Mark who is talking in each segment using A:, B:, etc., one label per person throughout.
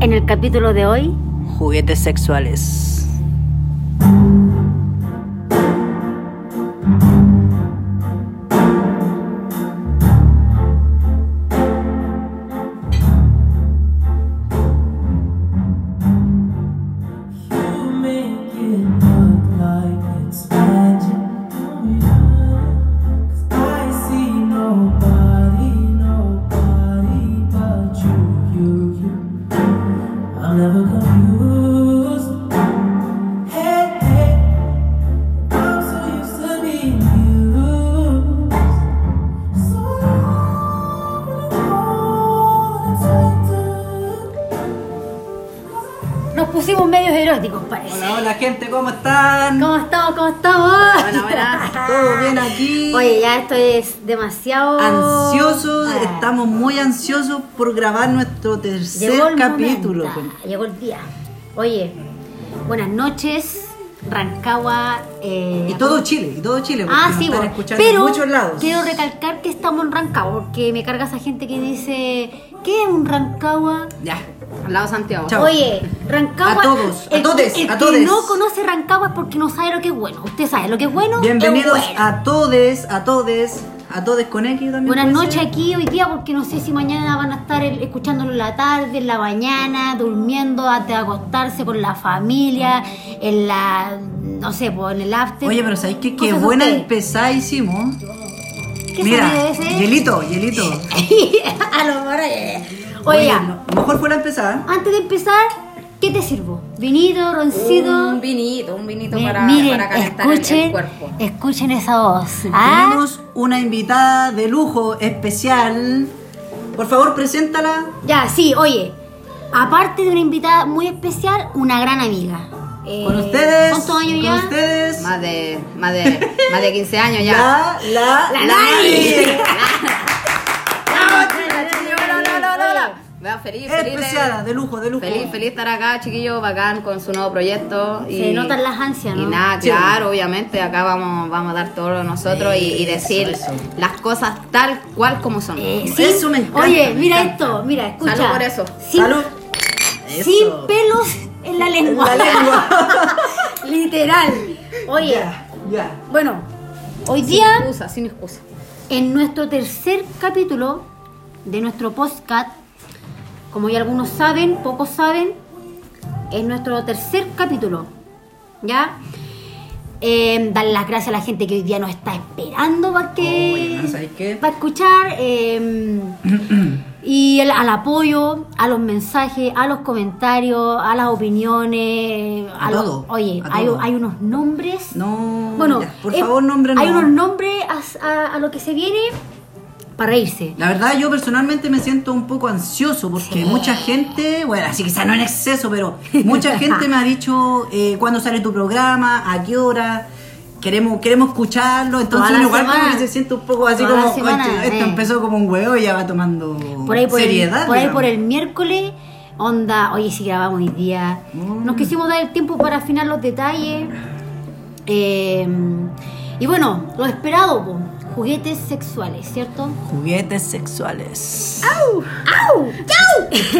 A: En el capítulo de hoy,
B: Juguetes sexuales.
C: You make it look like it's magic. I see nobody, nobody but you, you, you. I'm never confused. Hey, hey, I'm so used to being used. So long, it's
A: nos pusimos medios eróticos, parece.
B: Hola, hola gente, ¿cómo están?
A: ¿Cómo estamos? ¿Cómo estamos?
B: Hola, hola. Todo bien aquí.
A: Oye, ya esto es demasiado...
B: Ansiosos,
A: Ah,
B: estamos muy ansiosos por grabar nuestro
A: Llegó
B: tercer
A: el
B: capítulo. pues.
A: momento, llegó el día. Oye, buenas noches, Rancagua. eh,
B: Y todo Chile, y todo Chile, porque
A: Ah,
B: nos
A: sí,
B: están
A: bo.
B: escuchando en
A: pero
B: muchos lados.
A: quiero recalcar que estamos en Rancagua, porque me carga esa gente que dice, ¿qué es un Rancagua?
B: Ya,
D: Al lado de Santiago.
B: Chao.
A: Oye, Rancagua.
B: A todos, a
A: el-
B: todes,
A: el
B: a
A: que
B: todes.
A: no conoce Rancagua es porque no sabe lo que es bueno. Usted sabe lo que es bueno.
B: bienvenidos
A: es bueno.
B: a todes, a todes, a todes con X también.
A: Buenas
B: puede
A: noches
B: ser.
A: aquí hoy día porque no sé si mañana van a estar el- escuchándolo en la tarde, en la mañana, durmiendo, antes de acostarse con la familia, en la, no sé, pues, en el after.
B: Oye, pero ¿sabéis qué? Qué
A: Cosas de
B: buena
A: ustedes.
B: empezada hicimos.
A: ¿Qué sonido
B: Mira,
A: es ese?
B: hielito, hielito.
A: a lo mejor, eh. Oye,
B: Oye,
A: ya,
B: no- mejor fue la empezada.
A: antes de empezar, ¿qué te sirvo? ¿Vinito, roncito?
D: Un vinito, un vinito
A: Mi-
D: para,
A: miren,
D: para calentar el-
A: escuchen,
D: el cuerpo.
A: escuchen esa voz. ¿ah?
B: Tenemos una invitada de lujo especial. Por favor, preséntala.
A: Ya, sí, oye. Aparte de una invitada muy especial, una gran amiga. Eh,
B: Con ustedes.
A: ¿Cuántos años
B: con
A: ya?
B: ustedes.
D: Más de, más de, más de 15 años ya.
B: La, la,
A: La
B: Nani.
D: No, no, no, no, no. Vea, feliz, feliz.
B: Especiada,
D: de-
B: de lujo, de lujo.
D: Feliz, feliz estar acá, chiquillo, bacán con su nuevo proyecto. Y,
A: Se notan las ansias, ¿no?
D: Y nada,
B: Sí.
D: claro, obviamente, acá vamos, vamos a dar todo lo de nosotros y- y, decir
B: eso.
D: las cosas tal cual como son.
A: Eh, sí.
B: Eso me encanta,
A: Oye,
B: me
A: mira
B: encanta.
A: esto, mira, escucha.
D: Salud por eso.
A: Sin,
B: Salud.
A: sin
B: Eso.
A: pelos en la
B: En
A: lengua.
B: La lengua.
A: Literal. Oye,
B: ya, ya.
A: bueno, hoy
D: Sin
A: día
D: excusa, sin excusa.
A: En nuestro tercer capítulo de nuestro podcast, como ya algunos saben, pocos saben, es nuestro tercer capítulo. ¿Ya? Eh, dar las gracias a la gente que hoy día nos está esperando para
B: Oye,
A: que
B: hermano, Oh, ¿sabes qué?
A: para escuchar eh, y el- al apoyo, a los mensajes, a los comentarios, a las opiniones,
B: A
A: los-
B: todo,
A: oye,
B: a
A: hay,
B: todo.
A: hay unos nombres
B: No.
A: bueno,
B: ya, por
A: eh,
B: favor, nómbrenos.
A: Hay unos nombres a, a- a lo que se viene para reírse.
B: La verdad, yo personalmente me siento un poco ansioso porque mucha gente, bueno, así quizá no en exceso, pero mucha gente me ha dicho eh, cuándo sale tu programa, a qué hora, queremos, queremos escucharlo. Entonces,
A: Toda la
B: uno igual
A: semana.
B: como que se siente un poco así
A: Toda la
B: como,
A: semana,
B: "Oye, esto
A: eh".
B: empezó como un huevo y ya va tomando
A: Por ahí por,
B: seriedad.
A: el, por, ahí
B: digamos.
A: por el miércoles, onda, oye, si grabamos hoy día.
B: Mm.
A: Nos quisimos dar el tiempo para afinar los detalles. Eh, y bueno, lo esperado, po, juguetes sexuales, ¿cierto?
B: Juguetes sexuales.
A: Ah. ¡Au! ¡Chau! ¡Qué, qué-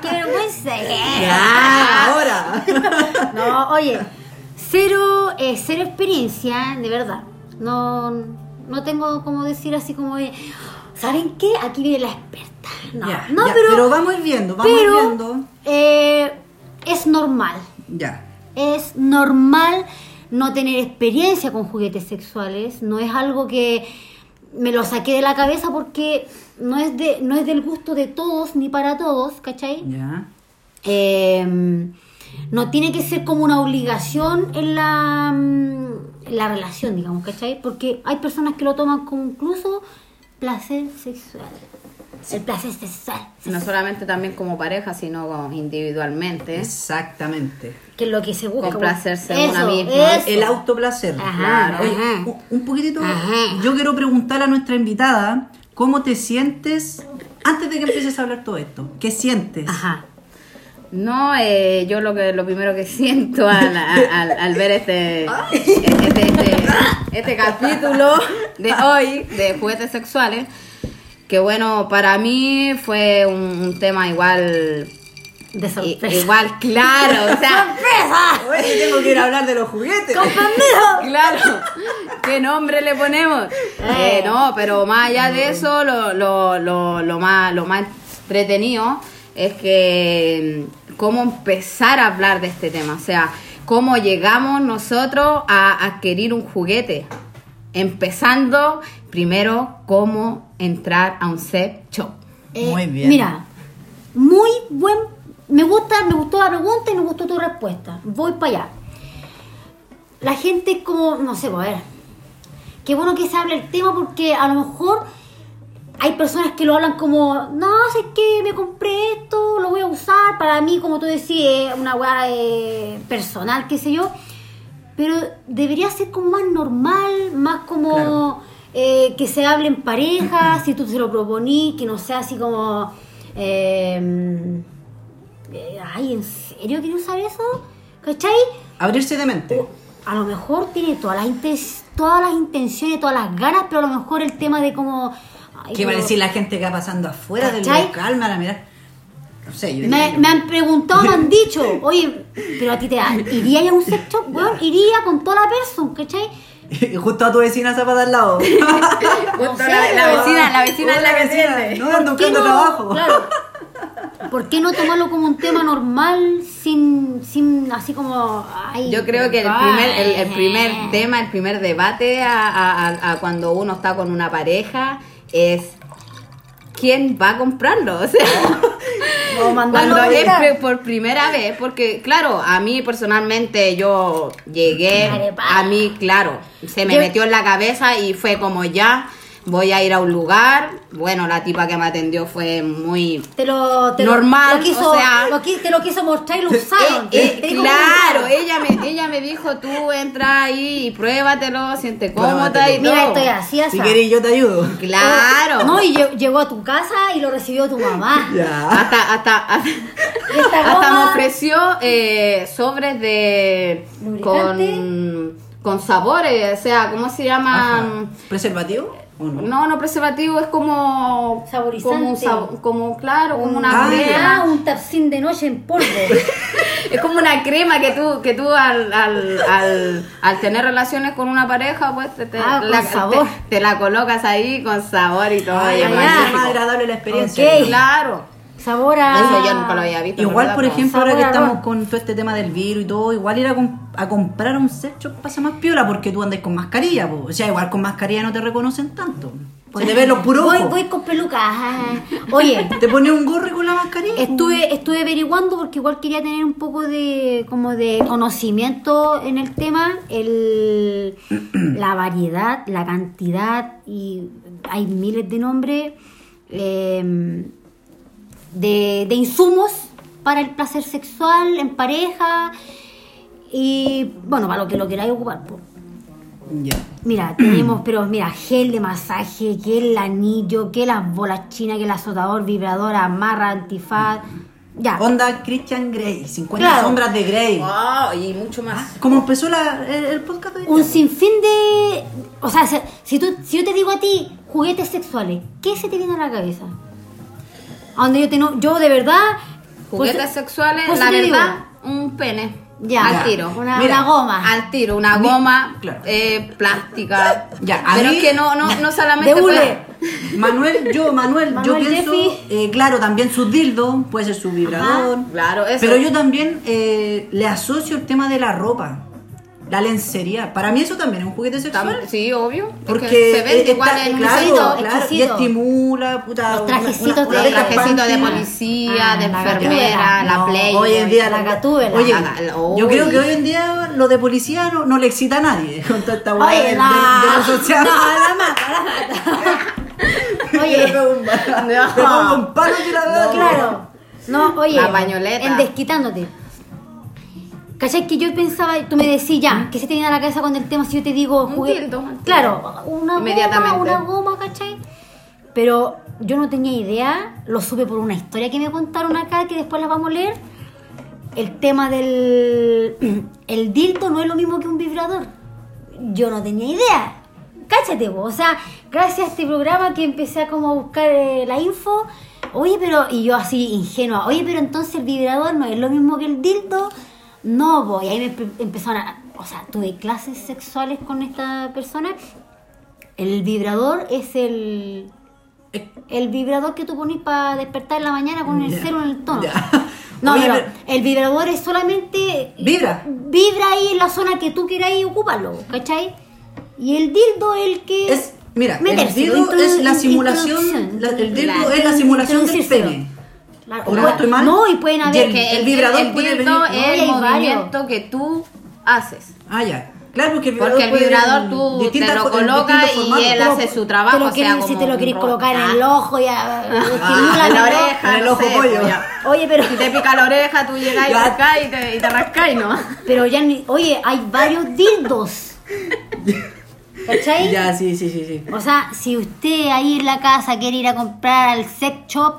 A: qué vergüenza! ¿eh?
B: Ya, ahora.
A: No, oye, cero, eh, cero experiencia, de verdad. No, no tengo como decir así como, eh, ¿saben qué? Aquí viene la experta. No,
B: Ya,
A: no
B: ya,
A: pero,
B: vamos a ir viendo, vamos a ir
A: pero,
B: viendo.
A: eh, es normal,
B: Ya.
A: es normal no tener experiencia con juguetes sexuales, no es algo que me lo saqué de la cabeza porque no es, de, no es del gusto de todos ni para todos, ¿cachai?
B: Ya.
A: Eh, no tiene que ser como una obligación en la, mm, en la relación, digamos, ¿cachai? Porque hay personas que lo toman como incluso placer sexual. El placer sexual.
D: No solamente también como pareja, sino como individualmente.
B: Exactamente.
A: Que es lo que se busca.
D: Complacerse
A: bueno.
D: a uno mismo.
A: eso.
B: El autoplacer.
A: Ajá,
B: Claro. Oye,
A: ajá.
B: un- un poquitito.
A: Ajá.
B: Yo quiero preguntar a nuestra invitada cómo te sientes antes de que empieces a hablar todo esto. ¿Qué sientes?
A: Ajá.
D: No, eh, yo lo que lo primero que siento al, al- al ver este, este, este- este capítulo de hoy de juguetes sexuales, que bueno, para mí fue un, un tema igual
A: De
D: I-
A: sorpresa.
D: igual, claro, o sea,
A: ¡Sorpresa!
B: Oye, tengo que ir a hablar de los juguetes.
A: ¡Con permiso!
D: Este, Claro, ¿qué nombre le ponemos? Eh, no, pero más allá de eso, lo, lo, lo, lo más, lo más entretenido es que mm, cómo empezar a hablar de este tema, o sea, cómo llegamos nosotros a adquirir un juguete. Empezando primero, cómo entrar a un set shop.
B: Muy bien.
A: Eh, Mira, muy buen. Me gusta, me gustó la pregunta y me gustó tu respuesta. Voy para allá. La gente es como, no sé, pues, a ver. Qué bueno que se hable el tema porque a lo mejor hay personas que lo hablan como, no, sé que me compré esto, lo voy a usar. Para mí, como tú decías, es una weá eh, personal, qué sé yo. Pero debería ser como más normal, más como
B: Claro.
A: eh, que se hable en pareja, si tú se lo proponí, que no sea así como... eh, eh, ay, ¿en serio quiero usar eso? ¿Cachai?
B: Abrirse de
A: Oh,
B: mente.
A: A lo mejor tiene todas las, inten- todas las intenciones, todas las ganas, pero a lo mejor el tema de como... ay,
B: ¿Qué va a
A: pero-
B: decir la gente que va pasando afuera del
A: ¿Cachai?
B: local? Mara, mira. No sé, yo
A: Me,
B: diría-
A: me han preguntado, me han dicho, oye, pero a ti te da- iría ya a un sex shop, weón, iría con toda la persona, ¿cachai?
B: Y Justo a tu vecina se al lado.
A: sé,
D: la, la
A: weón.
D: vecina, la vecina es la que
B: vecina,
D: entiende.
B: No andan
A: ¿Por qué
B: buscando
A: no?
B: trabajo.
A: Claro. ¿Por qué no tomarlo como un tema normal sin, sin así como... ay, eh,
D: Yo creo que el
A: ay.
D: primer, el, el primer tema, el primer debate a, a- a- a cuando uno está con una pareja es quién va a comprarlo. O sea,
A: O mandarlo
D: cuando
A: a
D: es
A: buscar.
D: pri- por primera vez, porque claro, a mí personalmente yo llegué,
A: Arepa.
D: a mí claro, se me
A: Yo-
D: metió en la cabeza y fue como ya. Voy a ir a un lugar. Bueno, la tipa que me atendió fue muy
A: Te lo, te lo-
D: normal,
A: lo quiso,
D: o sea-
A: lo qui- te lo quiso mostrar y lo usaron.
D: Eh,
A: Te dijo,
D: claro, ella me, ella me dijo, tú entra ahí y pruébatelo, siente cómoda
B: Pruébatelo.
D: y
A: Mira,
D: todo.
A: estoy así, así.
B: Si querés, yo te ayudo.
D: Claro.
A: No, y lle- llegó a tu casa y lo recibió tu mamá.
B: Ya.
D: Hasta, hasta, hasta,
A: Y esta
D: hasta me
A: goma-
D: ofreció eh, sobres de con,
A: ¿Lubricante?
D: con sabores, o sea, ¿cómo se
B: Ajá.
A: Ah, um,
D: llama?
B: ¿Preservativo o no?
D: No, no preservativo, es como
A: Saborizante.
D: como, un sab- como claro, como una
B: Ah,
D: crema.
A: Ah, un tapcín de noche en polvo.
D: Es como una crema que tú, que tú al, al, al, al tener relaciones con una pareja, pues te, te-
A: Ah, con
D: la,
A: sabor.
D: te- te la colocas ahí con sabor y todo. y
B: Ay,
D: es
A: ay,
B: más-
A: ay. Ah.
B: más
D: magnífico.
B: agradable la experiencia.
A: Ok.
D: Claro.
A: Sabor a...
D: Eso yo nunca lo había visto.
B: Igual,
D: ¿verdad?
B: por
D: Como-
B: ejemplo, ahora que
A: sabor a
B: estamos
A: ron.
B: con todo este tema del virus y todo, igual ir a, com- a comprar un set shop pasa más piola porque tú andas con mascarilla. po. O sea, igual con mascarilla no te reconocen tanto. Se te ven los puros
A: Voy,
B: ojos.
A: voy con peluca. ajá. Oye,
B: Te pones un gorro y con la mascarilla.
A: estuve, estuve averiguando porque igual quería tener un poco de como de conocimiento en el tema, el, la variedad, la cantidad y hay miles de nombres eh, de, de insumos para el placer sexual en pareja y bueno para lo que lo queráis ocupar. po.
B: Ya.
A: Mira, tenemos, pero mira, gel de masaje, que el anillo, que las bolas chinas, que el azotador, vibrador, amarra, antifaz. Ya.
B: Onda Christian Grey, 50
A: Claro.
B: sombras de Grey.
D: Wow, y mucho
A: Ah.
D: más.
B: Como empezó la- el, el podcast de
A: Un sinfín de. O sea, se- si, tú, si yo te digo a ti juguetes sexuales, ¿qué se te viene a la cabeza? A donde yo te no- Yo de verdad.
D: Juguetes
A: pues-
D: sexuales,
A: pues
D: la
A: te digo,
D: verdad, un pene.
A: Ya.
D: Al tiro.
A: Una,
B: Mira,
A: una goma.
D: Al tiro, una
B: Mi-
D: goma
B: claro.
D: eh, plástica.
B: Ya, a
D: Pero
B: mí-
D: es que no, no, no solamente.
A: De hule.
D: fue-
B: Manuel, yo, Manuel, yo
A: Manuel
B: pienso,
A: Jeffy.
B: eh, claro, también su dildo, puede ser su vibrador.
D: Claro, eso.
B: Pero yo también eh, le asocio el tema de la ropa, la lencería. Para mí eso también es un juguete sexual.
D: Tam- Sí, obvio. es que
B: Porque
D: se vende
A: e-
B: está-
D: igual en un
B: claro,
D: sitio.
B: claro, y
A: exquisito.
B: estimula, puta,
A: Los
B: una-
A: trajecitos
B: una- una
A: de-
B: teta
D: trajecito de
B: panty.
D: policía,
A: Ah,
D: de
A: la
D: enfermera,
A: gatúbela.
D: la
B: No,
D: play.
B: hoy en día
A: la gatúbela.
B: Oye,
D: La- la-
B: yo
D: uy.
B: creo que hoy en día lo de policía no, no le excita a nadie con toda esta hueá
A: Oye,
B: de, de, de
A: la-
B: lo social.
A: Oye.
B: Le pego un palo-
D: No.
B: le pongo un palo y la veo.
A: Claro. No, oye.
D: La pañoleta.
A: En desquitándote. ¿Cachai? Que yo pensaba, tú me decís ya, que se te viene a la cabeza con el tema si yo te digo
D: Un
A: juguete?
D: tildo, un tildo.
A: Claro, una goma,
D: Inmediatamente.
A: una goma, ¿cachai? Pero yo no tenía idea, lo supe por una historia que me contaron acá, que después la vamos a leer. El tema del. El dildo no es lo mismo que un vibrador. Yo no tenía idea. Cáchate vos. O sea, gracias a este programa que empecé a como buscar eh, la info, oye, pero, y yo así ingenua, oye, pero entonces el vibrador no es lo mismo que el dildo. No, voy. Ahí me empe- empezaron a, o sea, tuve clases sexuales con esta persona. El vibrador es el, el vibrador que tú pones para despertar en la mañana con el
B: Ya.
A: cero en el tono.
B: Ya.
A: No, no,
B: Oye,
A: no.
B: pero-
A: el vibrador es solamente
B: Vibra.
A: vibra ahí en la zona que tú quieras y ocuparlo, ¿cachai? Y el dildo es el que...
B: Es, mira, el
A: metérselo,
B: dildo
A: introdu-
B: es la
A: in-
B: simulación,
A: introducción.
B: la- el dildo
D: Claro.
B: es la simulación del
A: Introducírselo.
B: pene.
A: Claro,
B: ¿O no
A: o-
B: estoy mal?
A: No, y pueden
B: Y
A: haber...
B: el-
D: Que
B: el vibrador puede
D: dildo
A: No,
B: venir-
D: es el
A: y hay varios.
D: movimiento que tú haces.
B: Ah, ya. Claro, porque el vibrador,
D: Porque el
B: puede-
D: vibrador tú te
B: distintas
D: lo
B: fo- en
D: colocas
B: distintos
D: y
B: formatos.
D: él
A: Pero
D: hace su trabajo.
A: te lo
D: o sea,
A: quieres- si
D: como
A: te lo
D: un
A: querés
D: ro-
A: colocar en el
D: Ah.
A: ojo, ya...
B: Ah,
D: en la
A: pero-
D: oreja,
B: en el
D: no
B: ojo
D: sé,
B: pollo.
D: pues ya.
A: Oye, pero...
D: Si te pica la oreja, tú llegas y
B: Ya.
D: rascás y te, y te rascás, ¿no?
A: Pero ya ni... Oye, hay varios dildos. ¿Cachai?
B: Ya, sí, sí, sí, sí.
A: O sea, si usted ahí en la casa quiere ir a comprar al sex shop,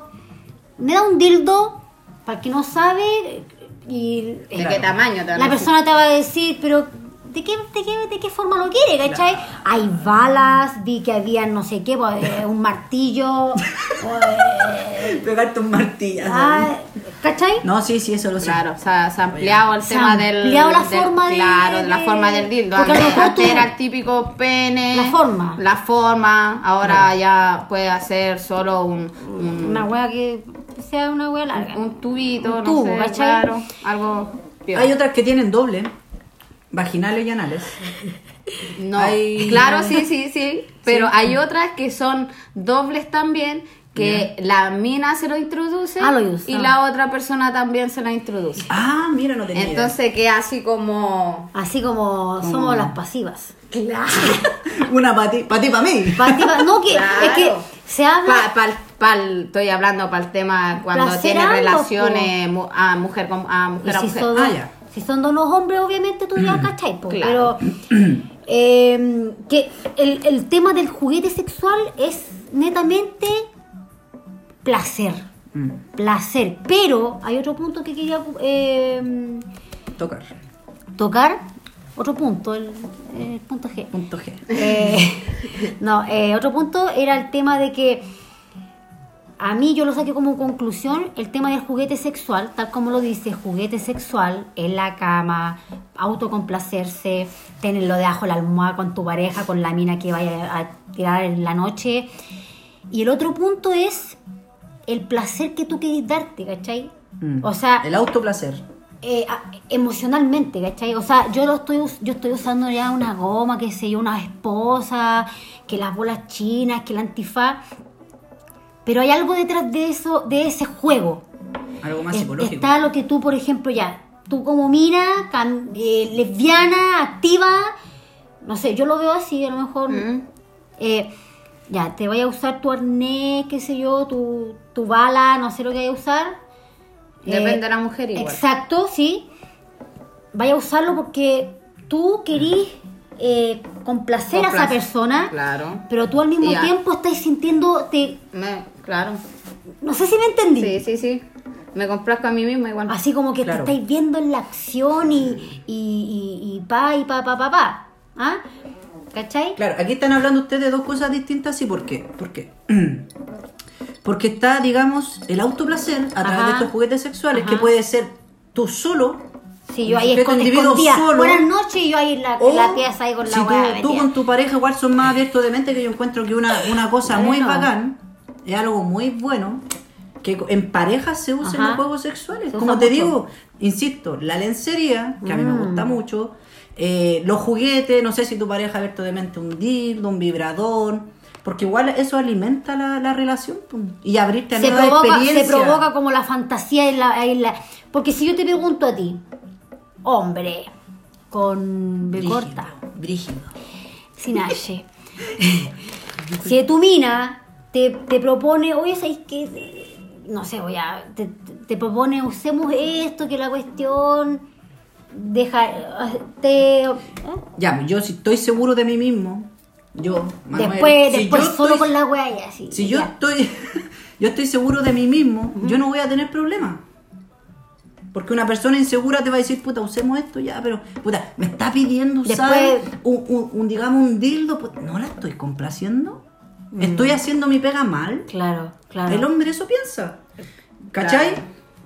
A: me da un dildo, para el que no sabe, y
D: ¿De qué tamaño te van a
A: la
D: decir?
A: persona te va a decir, pero ¿de qué, de qué, de qué forma lo quiere, cachai? Hay balas, vi que había no sé qué, pues, eh, un martillo, eh,
B: Pegarte un martillazo.
A: ah, ¿cachai?
B: No, sí, sí, eso lo sé.
D: Claro, o sea, se ha ampliado el
A: Se
D: tema
A: ha
D: del.
A: ampliado la
D: del-
A: forma de-
D: Claro, de la
A: de-
D: forma del dildo.
A: Porque a lo
D: Antes,
A: mejor tú-
D: antes era el típico pene.
A: La forma.
D: La forma. Ahora ya puede hacer solo un. un
A: Una wea que sea una wea larga.
D: un tubito,
A: Un
D: no
A: tubo,
D: sé,
A: ¿cachai?
D: claro, algo peor.
B: Hay otras que tienen doble, vaginales y anales.
D: no,
B: hay-
D: claro, sí, sí, sí, pero hay otras que son dobles también que la mina se lo introduce
A: Ah, lo usa.
D: y la otra persona también se la introduce.
B: Ah, mira, no tenía. idea.
D: Entonces que así como
A: Así como
D: Mm.
A: somos las pasivas. Claro.
B: una para ti, para ti, para mí.
A: Pasivas, no, que
D: Claro.
A: es que se habla...
D: Pa- pa'l- pa'l- estoy hablando para el tema cuando tiene
A: Placer ambos,
D: relaciones mu- a mujer con a
A: Y
D: mujer a
A: si
D: mujer. Mm.
A: son,
B: Ah, ya.
A: si son dos los hombres, obviamente tú ya cachai, po,
D: Claro.
A: pero eh, que el, el tema del juguete sexual es netamente placer.
B: Mm,
A: Placer. Pero hay otro punto que quería eh,
B: Tocar.
A: tocar. Otro punto, el, el punto G.
B: Punto G.
A: Eh, no, eh, otro punto era el tema de que a mí yo lo saqué como conclusión el tema del juguete sexual, tal como lo dice, juguete sexual en la cama, autocomplacerse, tenerlo debajo de la almohada con tu pareja, con la mina que vaya a tirar en la noche. Y el otro punto es el placer que tú quieres darte, ¿cachai?
B: Mm.
A: O sea,
B: El autoplacer.
A: eh, a- emocionalmente, ¿cachai? O sea, yo lo estoy us- yo estoy usando ya una goma, qué sé yo, una esposa, que las bolas chinas, que el antifaz. Pero hay algo detrás de eso, de ese juego.
B: Algo más
A: Es-
B: psicológico.
A: Está lo que tú, por ejemplo, ya, tú como mina, cam- eh, lesbiana, activa, no sé, yo lo veo así, a lo mejor.
D: Mm,
A: eh, ya, te vaya a usar tu arnés, qué sé yo, tu, tu bala, no sé lo que vaya a usar.
D: Depende
A: Eh,
D: de la mujer igual.
A: Exacto, sí. Vaya a usarlo porque tú querís eh, complacer a esa
D: Complacer,
A: persona,
D: Claro.
A: pero tú al mismo
D: Ya.
A: tiempo estás sintiendo, te-
D: Me- claro.
A: no sé si me entendí,
D: Sí, sí, sí. Me complazco a mí misma igual.
B: Ah,
A: así como que
B: Claro.
A: te estáis viendo en la acción y, y, y, y pa, y pa, pa, pa, pa. ¿Ah? ¿Cachai?
B: Claro, aquí están hablando ustedes de dos cosas distintas y por qué. ¿Por qué? Porque está, digamos, el autoplacer a través
A: Ajá.
B: de estos juguetes sexuales
A: Ajá.
B: que puede ser tú solo.
A: Sí, yo ahí
B: Sujeto
A: escon-
B: individuo
A: escondida.
B: solo.
A: Buenas noches y yo ahí en la, en la pieza ahí con la
B: Oh, si tú,
A: hueá
B: tú
A: metida.
B: con tu pareja igual son más abiertos de mente que yo encuentro que una, una cosa muy
A: Bueno.
B: bacán, es algo muy bueno, que co- en pareja se usan
A: Ajá.
B: los juegos sexuales.
A: Se
B: Como
A: usa
B: te
A: mucho. Mm.
B: digo, insisto, la lencería, que a mí me gusta mucho, eh, los juguetes, no sé si tu pareja ha abierto de mente un dildo, un vibrador, porque igual eso alimenta la, la relación pum, y abrirte a
A: se
B: nuevas
A: provoca, se
B: experiencias.
A: provoca como la fantasía en la, en la- Porque si yo te pregunto a ti, hombre, con B
B: Brígido,
A: corta,
B: brígido.
A: sin H, si tu mina te, te propone, oye, ¿sabes qué? No sé, voy a. Te, te propone, usemos esto, que la cuestión. Deja. Te, ¿eh?
B: Ya, pues, yo si estoy seguro de mí mismo, yo, Manuel,
A: Después,
B: si
A: después
B: yo
A: solo
B: estoy-
A: con la wea y así.
B: Si yo
A: ya.
B: estoy, yo estoy seguro de mí mismo, yo no voy a tener problemas. Porque una persona insegura te va a decir, puta, usemos esto ya, pero, puta, me está pidiendo usar
A: Después-
B: un, un- un, digamos, un dildo, pues, ¿no la estoy complaciendo? ¿Estoy haciendo mi pega mal?
A: Claro, Mm. claro.
B: El hombre eso piensa. ¿Cachai?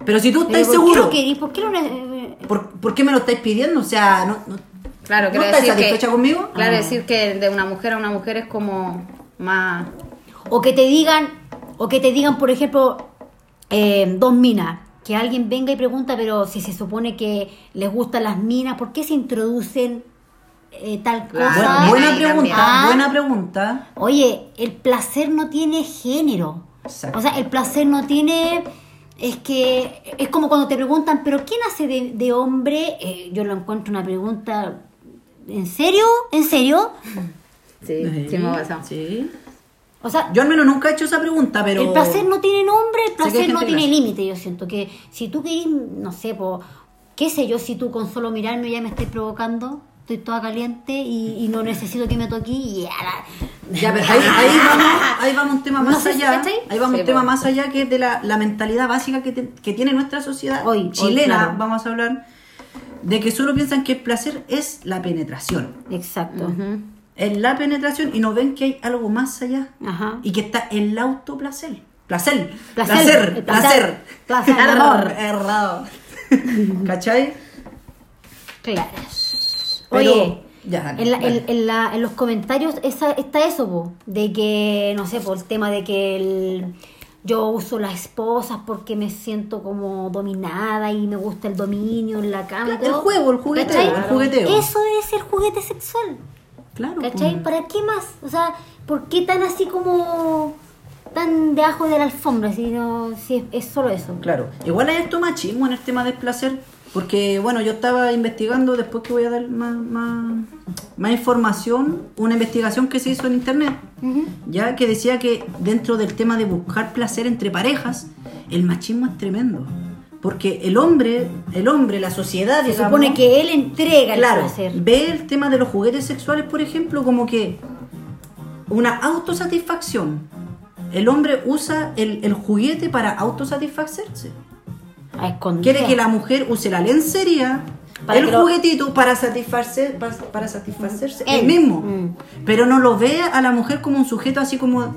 B: Pero si tú
A: Pero
B: estás
A: ¿por qué
B: seguro,
A: lo querís? ¿Por qué lo ne-
B: ¿por, por qué me lo estáis pidiendo? O sea, no, no-
D: Claro,
B: ¿No
D: quiero
B: estás
D: decir
B: satisfecha
D: que,
B: conmigo?
D: Claro,
B: Ah.
D: decir que de una mujer a una mujer es como más...
A: O que te digan, o que te digan, por ejemplo, eh, dos minas. Que alguien venga y pregunta, pero si se supone que les gustan las minas, ¿por qué se introducen eh, tal
D: Claro.
A: cosa?
B: Buena,
D: Ah,
B: buena
D: ahí
B: pregunta,
A: Ah,
B: buena pregunta.
A: Oye, el placer no tiene género.
B: Exacto.
A: O sea, el placer no tiene. Es que es como cuando te preguntan, ¿pero quién hace de, de hombre? Eh, yo lo encuentro una pregunta. ¿En serio? ¿En serio?
D: Sí, sí, me ha pasado.
B: Sí.
A: O sea,
B: Yo al menos nunca he hecho esa pregunta, pero.
A: el placer no tiene nombre, el
B: que hay
A: placer no
B: gente que
A: tiene
B: lo
A: límite. Yo siento que si tú querís, no sé, po, qué sé yo, si tú con solo mirarme ya me estés provocando, estoy toda caliente y, y no necesito que me toque y ya la-
B: Ya, pero ahí, ahí vamos, ahí vamos un tema
A: Ah. No
B: más
A: sé si
B: allá.
A: cachai.
B: Ahí vamos
D: Sí,
B: un tema
D: po.
B: más allá que es de la, la mentalidad básica que, te- que tiene nuestra sociedad
A: Hoy, hoy,
B: chilena.
A: claro.
B: Vamos a hablar de que solo piensan que el placer es la penetración.
A: Exacto.
B: Es la penetración y no ven que hay algo más allá.
A: Ajá.
B: Y que está el autoplacer. Placer.
A: Placer,
B: Placer. Placer.
A: placer, placer, error.
B: Error. ¿Cachai?
A: Claro.
B: Pero-
A: Oye,
B: Ya, dale,
A: en, la-
B: dale.
A: en- en la- en los comentarios esa- está eso, po, de que, no sé, por el tema de que el- yo uso las esposas porque me siento como dominada y me gusta el dominio en la cama. y
B: Claro,
A: todo.
B: el juego, el jugueteo,
A: ¿Cachai?
B: el jugueteo.
A: Eso es el juguete sexual.
B: Claro. pues.
A: ¿Cachai? ¿Para qué más? O sea, ¿por qué tan así como tan debajo de la alfombra? Si, no, si es, es solo eso.
B: Claro, igual hay esto machismo en el tema del placer, porque bueno, yo estaba investigando, después que voy a dar más, más, más información, una investigación que se hizo en internet, ya que decía que dentro del tema de buscar placer entre parejas, el machismo es tremendo. Porque el hombre, el hombre, la sociedad,
A: Se
B: digamos,
A: supone que él entrega el
B: claro,
A: placer.
B: ve el tema de los juguetes sexuales, por ejemplo, como que una autosatisfacción. El hombre usa el, el juguete para autosatisfacerse.
A: A escondidas.
B: Quiere que la mujer use la lencería,
A: Para que
B: el
A: lo-
B: juguetito para satisfacerse, para, para satisfacerse
A: Él.
B: él mismo.
A: Mm.
B: Pero no lo ve a la mujer como un sujeto así como,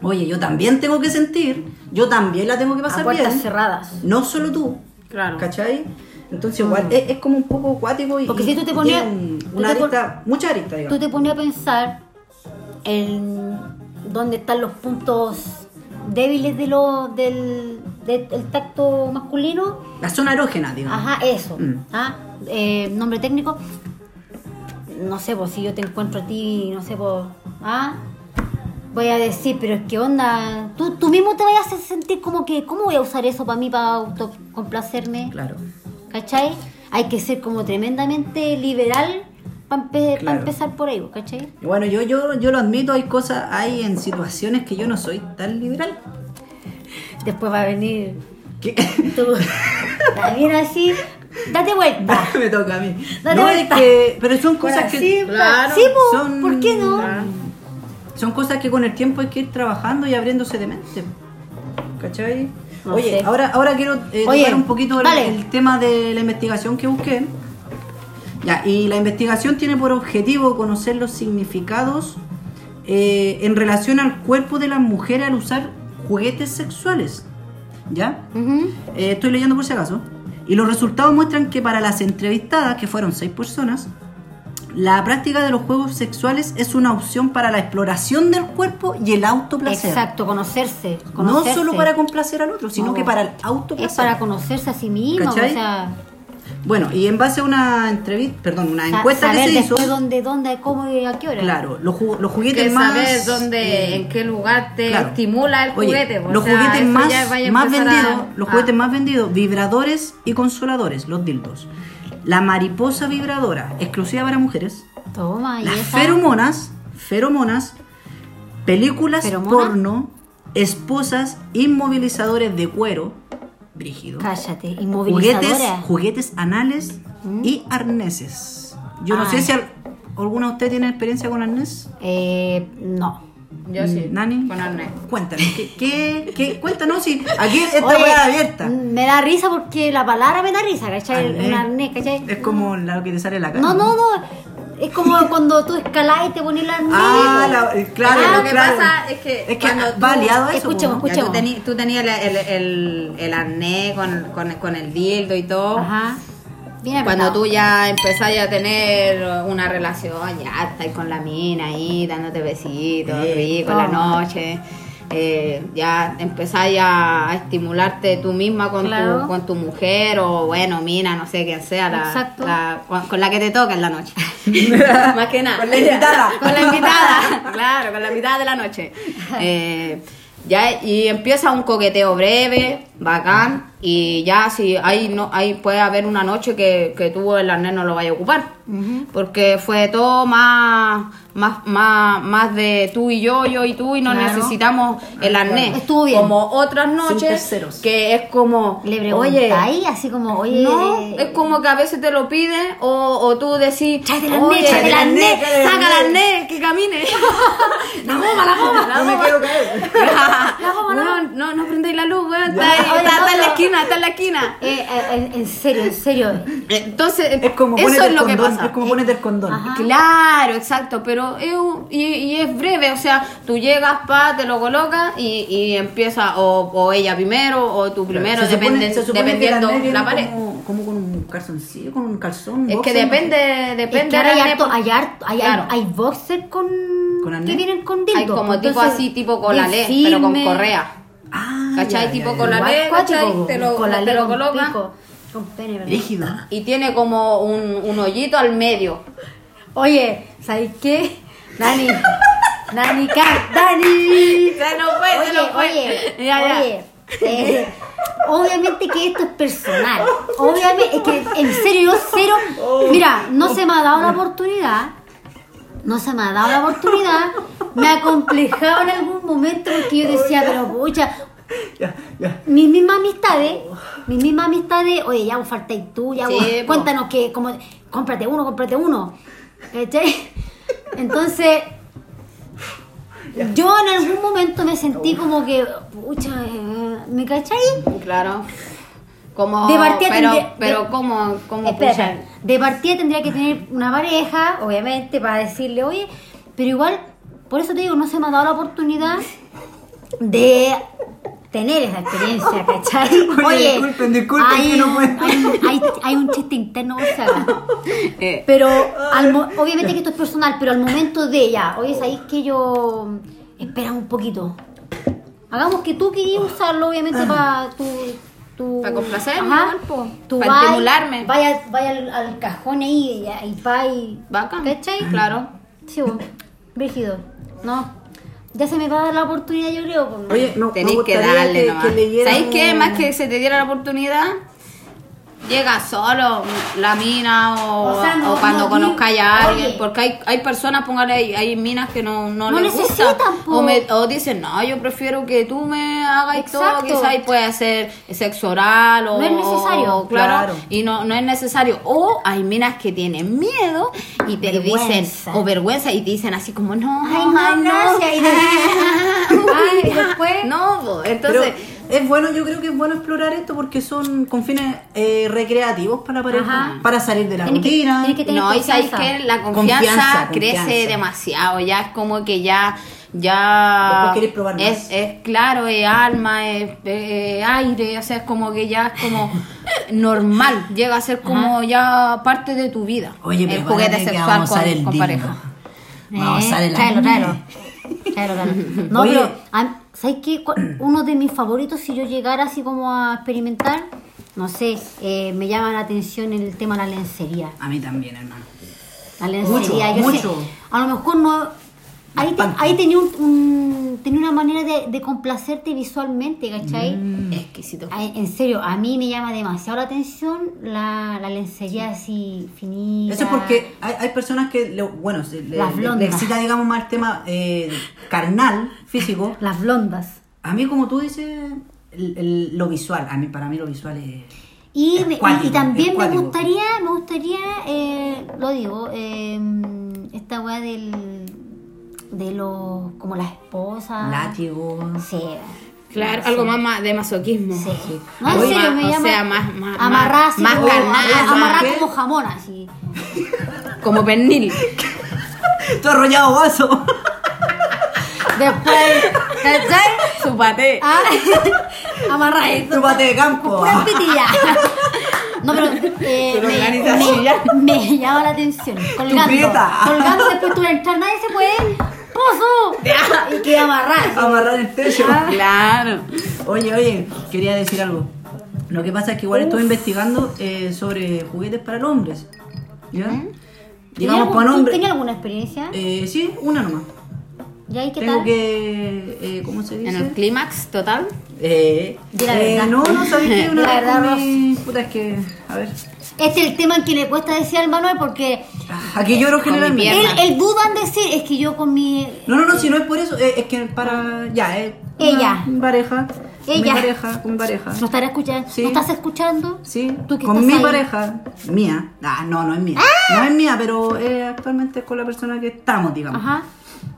B: oye, yo también tengo que sentir, yo también la tengo que
A: a
B: pasar
A: puertas
B: bien.
A: cerradas.
B: No solo tú.
D: Claro.
B: ¿Cachai? Entonces igual es, es como un poco acuático y,
A: Porque
B: y-
A: si tú te
B: y
A: ponías-
B: tiene un-
A: tú
B: una
A: te pon-
B: arista, mucha arista, digamos.
A: tú te pones a pensar en dónde están los puntos débiles de lo, del, de- del tacto masculino.
B: La zona erógena, digamos.
A: Ajá, eso.
B: Mm.
A: Ah, eh, nombre técnico. No sé, pues si yo te encuentro a ti, no sé, pues. Ah, voy a decir, pero es que onda. Tú, tú mismo te vas a hacer sentir como que, ¿cómo voy a usar eso para mí, para autocomplacerme?
B: Claro.
A: ¿Cachai? Hay que ser como tremendamente liberal para
B: Claro.
A: empezar por ahí, ¿cachai?
B: Y Bueno, yo, yo, yo lo admito, hay cosas, hay en situaciones que yo no soy tan liberal.
A: Después va a venir
B: Que-
A: tú. También así. Date vuelta.
B: me toca a mí.
A: Date
B: No, es
A: vuelta.
B: que, pero son cosas que
A: Sí,
D: Claro.
A: sí, po,
B: son-
A: ¿por qué no?
B: Claro. son cosas que con el tiempo hay que ir trabajando y abriéndose de mente. ¿Cachai?
A: No
B: Oye,
A: sé.
B: ahora, ahora quiero eh,
A: Oye,
B: tocar un poquito el,
A: dale.
B: el tema de la investigación que busqué. Ya, y la investigación tiene por objetivo conocer los significados eh, en relación al cuerpo de las mujeres al usar juguetes sexuales. ¿Ya?
A: Ujú.
B: Eh, estoy leyendo por si acaso. Y los resultados muestran que para las entrevistadas, que fueron seis personas, la práctica de los juegos sexuales es una opción para la exploración del cuerpo y el autoplacer.
A: Exacto, conocerse,
B: No
A: conocerse.
B: solo para complacer al otro, sino
A: No.
B: que para el
A: Es
B: autoplacer.
A: para conocerse a sí mismo,
B: ¿Cachai?
A: o sea,
B: Bueno, y en base a una entrevista, perdón, una
A: sa-
B: encuesta que
A: saber
B: se hizo,
A: después dónde, dónde, cómo y a qué hora.
B: claro, los, ju- los juguetes
D: que
B: más
D: saber dónde,
B: eh,
D: en qué lugar te
B: claro.
D: estimula el
B: Oye,
D: juguete. pues, o
B: los
D: sea,
B: juguetes
D: eso
B: más,
D: ya vaya a ah.
B: más
D: empezar
B: vendidos,
D: a-
B: los
D: a-
B: juguetes más vendidos, vibradores y consoladores, los dildos. La mariposa vibradora, exclusiva para mujeres.
A: Toma, y
B: las
A: esa.
B: feromonas, feromonas, películas
A: ¿Feromona?
B: porno, esposas, inmovilizadores de cuero, brígido.
A: Cállate,
B: Juguetes,
A: inmovilizadora.
B: juguetes anales y arneses. Yo no
A: Mm. Ay.
B: sé si al- alguna de ustedes tiene experiencia con arnés.
A: Eh, no.
D: Yo sí.
B: Mm, Nani.
D: Con arnés.
B: Cuéntanos, ¿qué, qué, qué- cuéntanos si aquí esta
A: Oye,
B: hueá es abierta.
D: mm,
B: Ah, eh,
A: Me da risa porque la palabra me da risa, ¿cachai?
B: Arnés.
A: Un arnés, ¿cachai?
D: Mm.
B: Es como la que te sale en la cara.
A: No, no, no. Es como cuando tú escalás y te pones las nubes.
B: Ah,
A: po.
B: la- claro,
D: Pero Ah, lo que
B: claro.
D: pasa es que
B: Es que
D: cuando
B: va aliado a eso.
A: Escuchemos,
B: po.
D: Ya tú,
A: escuchemos.
D: teni- tú tenías la- el, el, el arnés con, con, con el dildo y todo.
A: Ajá. Bien
D: Cuando
A: apretado.
D: tú ya empezás ya a tener una relación, ya estás con la mina ahí, dándote besitos,
B: Sí.
D: rico en la
A: Toma.
D: noche. eh, ya empezás ya a estimularte tú misma con,
A: Claro.
D: tu, con tu mujer o, bueno, mina, no sé quién sea, la,
A: Exacto.
D: la- con, con la que te toca en la noche. Más que nada.
B: Con la invitada.
D: con la invitada, claro, con la mitad de la noche. Eh, ya, y empieza un coqueteo breve, bacán, y ya si hay, no, hay puede haber una noche que, que tú el arnés no lo vaya a ocupar, porque fue todo más, más, más, más de tú y yo, yo y tú, y no
A: Claro.
D: necesitamos el arnés.
A: Estuvo bien.
D: Como otras noches
B: terceros.
D: que es como,
A: Le
D: oye,
A: preguntáis así como, oye. eh,
D: no, es como que a veces te lo piden o, o tú decís,
A: Tráete la
D: "Oye,
A: net, tráete la
B: tráete
A: net,
B: la net,
A: saca la
D: Sácala,
A: net.
D: ne, que camine.
B: La goma, la goma. No me quiero caer.
D: Weón, no, no prendáis la luz, weón. Está, ahí,
A: Oye,
D: está- está en la
A: no.
D: esquina, está en la esquina.
A: Eh, eh, en, en serio, en serio.
D: Entonces,
B: Es como
D: eso
B: ponerte
D: es
B: el
D: lo que
B: condón.
D: pasa.
B: Es como ponerte el condón.
A: Ajá.
D: Claro, exacto, pero es un- y, y es breve, o sea, tú llegas, pa, te lo colocas y, y empieza o, o ella primero o tú primero,
B: Se supone-
D: depende-
B: se supone que
D: dependiendo
B: arnés viene
D: la pared.
B: Como, como con un calzoncillo, con un calzón.
D: Es que
B: boxer,
A: Es
D: depende,
A: que
D: depende.
A: ahora
D: del
A: hay,
D: arnés,
A: harto- hay,
D: porque-
A: harto- hay,
D: Claro.
A: hay, hay boxer con,
B: ¿Con arnés?
A: que vienen con dildo.
D: Hay como tipo
A: pues, Entonces,
D: así, tipo con
A: bien
D: la ley, pero con
A: firme.
D: correa.
B: Ah,
D: ¿Cachai?
B: ya,
D: Tipo
B: ya, ya.
D: con la
A: Igual
D: ley,
A: cuático,
D: ¿cachai? Te lo-
A: con la
D: te
A: ley,
D: lo
A: con
D: coloca.
A: pico, con pene, ¿verdad?
B: Rígido.
D: Y tiene como un, un hoyito al medio.
A: Oye, ¿sabes qué? Dani, Dani, Car- Dani.
D: Se nos fue,
A: Oye,
D: se nos fue.
A: oye,
D: Ya, ya.
A: oye. eh, obviamente que esto es personal. Obviamente, es que en serio, yo cero.
D: Oh.
A: Mira, no se me ha dado la oportunidad. No se me ha dado la oportunidad. Me acomplejaba en algún momento porque yo decía, pero pucha,
B: Ya, ya.
A: mis mismas amistades, mis mismas amistades, oye, ya vos faltáis tú, ya vos,
D: Sí, po.
A: cuéntanos que, como, cómprate uno, cómprate uno. ¿Cachai? Entonces, yo en algún momento me sentí como que, pucha, eh, ¿me cachai?
D: Claro. Como,
A: De partida
D: pero,
A: tendría-
D: pero
A: de-
D: como, como
A: Espera, espera.
D: pucha.
A: de partida tendría que tener una pareja, obviamente, para decirle, oye, pero igual, por eso te digo, no se me ha dado la oportunidad de tener esa experiencia, ¿cachai?
B: Oye, disculpen, disculpen,
A: hay,
B: que no
A: un-
B: puedo.
A: hay, un- hay- hay un chiste interno, o sea,
D: Eh,
A: pero al mo- obviamente que esto es personal, pero al momento de ella, oye, ¿sabéis que yo espera un poquito? Hagamos que tú querías usarlo, obviamente, para tu... tu-
D: Pa' complacerme,
A: Ajá.
D: igual, po.
A: Tú
D: Pa'
A: vas-
D: estimularme.
A: Vaya, vaya al, al cajón ahí y, y va y...
D: bacán.
A: ¿Cachai?
D: Claro.
A: Sí, vos, Brígido. No, ya se me va a dar la oportunidad, yo creo. por-
B: Oye, me,
D: Tenéis que darle nomás. ¿Sabéis qué? Más que se te diera la oportunidad, llega solo la mina o,
A: O sea, no-
D: o cuando
A: no-
D: conozcáis a
A: oye.
D: alguien. Porque hay, hay personas, póngale, hay, hay minas que no, no,
A: No
D: les
A: necesitan,
D: gusta.
A: po.
D: O, me- o dicen, no, yo prefiero que tú me hagas
A: Exacto.
D: todo. Quizás y puede ser sexo oral o.
A: No es necesario.
D: o- claro.
B: Claro.
D: Y no, no es necesario. O hay minas que tienen miedo y te dicen,
A: Vergüenza.
D: o vergüenza, y te dicen así como, no,
A: Ay, no, gracias. Y de- Ay, y después...
D: No, po.
B: Pero
D: entonces.
B: es bueno, yo creo que es bueno explorar esto porque son con fines eh, recreativos para la pareja,
A: Ajá.
B: para salir de la
A: Tienes que-
B: rutina.
A: tienes que tener
D: no, y sabéis
A: confianza.
D: que la confianza,
B: Confianza,
D: crece
B: confianza.
D: demasiado, ya es como que ya, ya
B: Después queréis probar más.
D: es, es claro, es alma, es, es aire, o sea, es como que ya es como normal, llega a ser como ya parte de tu vida.
B: Oye,
D: el
B: pero
D: juguete
B: espérate que
D: sexual
B: vamos a
D: con,
B: usar el
D: con
B: dildo.
D: pareja.
B: Vamos a usar el
A: Eh, tráelo,
B: anime.
A: tráelo. Tráelo, tráelo. No,
B: Oye.
A: pero, a- ¿sabes qué? Cu- Uno de mis favoritos, si yo llegara así como a experimentar, no sé, eh, me llama la atención el tema de la lencería.
B: A mí también, hermano.
A: La
B: Mucho,
A: lencería, yo
B: mucho.
A: sé, a lo mejor no... Ahí, te-
B: Bastante.
A: ahí tenía, un, un- tenía una manera de, de complacerte visualmente, ¿cachai?
B: Mm.
D: Mm. Exquisito.
A: Ay, en serio, a mí me llama demasiado la atención la, la lencería así finita.
B: Eso es porque hay, hay personas que, le- bueno, se- le,
A: Las
B: le-
A: blondas.
B: le excita, digamos, más el tema eh, carnal, físico.
A: Las blondas.
B: A mí, como tú dices, el- el- lo visual, a mí, para mí lo visual es...
A: Y,
B: Es
A: me- y-
B: cuático,
A: y también
B: es
A: me
B: cuático.
A: gustaría, me gustaría, eh, lo digo, eh, esta weá del, de los, como las esposas.
B: Látigo.
A: Sí.
D: Claro, algo más, más de masoquismo.
A: Sí. No, en
D: Oye,
A: serio,
D: más-
A: me
D: o
A: llama.
D: sea, más, más,
A: amarrar así
D: más
A: como-
D: carnal,
A: amarrar
B: ¿sabes qué?
A: como jamón así.
D: como pernil.
B: Todo arrollado vaso.
A: Después, ¿cachai?
D: Su paté.
A: Ah, amarradito.
B: Tu pate de campo.
A: Pura pitilla. No, pero eh,
D: Pero organiza
A: me,
D: silla.
A: me, me llama la atención. Colgando.
B: prieta.
A: Colgando, después tú vas a entrar, nadie se puede. ir. ¡Pozo! Y que amarrar.
B: Amarrar el techo.
D: Ah. Claro.
B: Oye, oye, quería decir algo. Lo que pasa es que igual estoy investigando eh, sobre juguetes para hombres. ¿Ya? Digamos,
A: ¿Tenía
B: para
A: algún-
B: hombres.
A: ¿Tenía alguna experiencia?
B: Eh, sí, una nomás.
A: ¿Y ahí qué
B: Tengo
A: tal?
B: que. eh, ¿Cómo se dice?
D: En el clímax total.
B: Eh,
A: Di la
B: eh,
A: verdad.
B: no, no sabía que una
A: La
B: vez
A: verdad,
B: con mi- Puta, es que. A ver.
A: Este es el tema en que le cuesta decir al Manuel porque
B: ah, Aquí lloro
D: mi
B: generalmente.
D: pierna.
A: él, él duda en decir, es que yo con mi...
B: No, no, no, si no es por eso. eh, es que para. Ya, eh. una-
A: Ella.
B: Mi pareja. Con mi
A: Ella.
B: pareja, con mi pareja.
A: ¿No estará escuchando?
B: Sí.
A: ¿No estás escuchando?
B: Sí,
A: ¿Tú que
B: con
A: estás
B: mi
A: ahí?
B: pareja, mía. Ah, no, no es mía. No es mía, pero eh, actualmente es con la persona que estamos, digamos.
A: Ajá.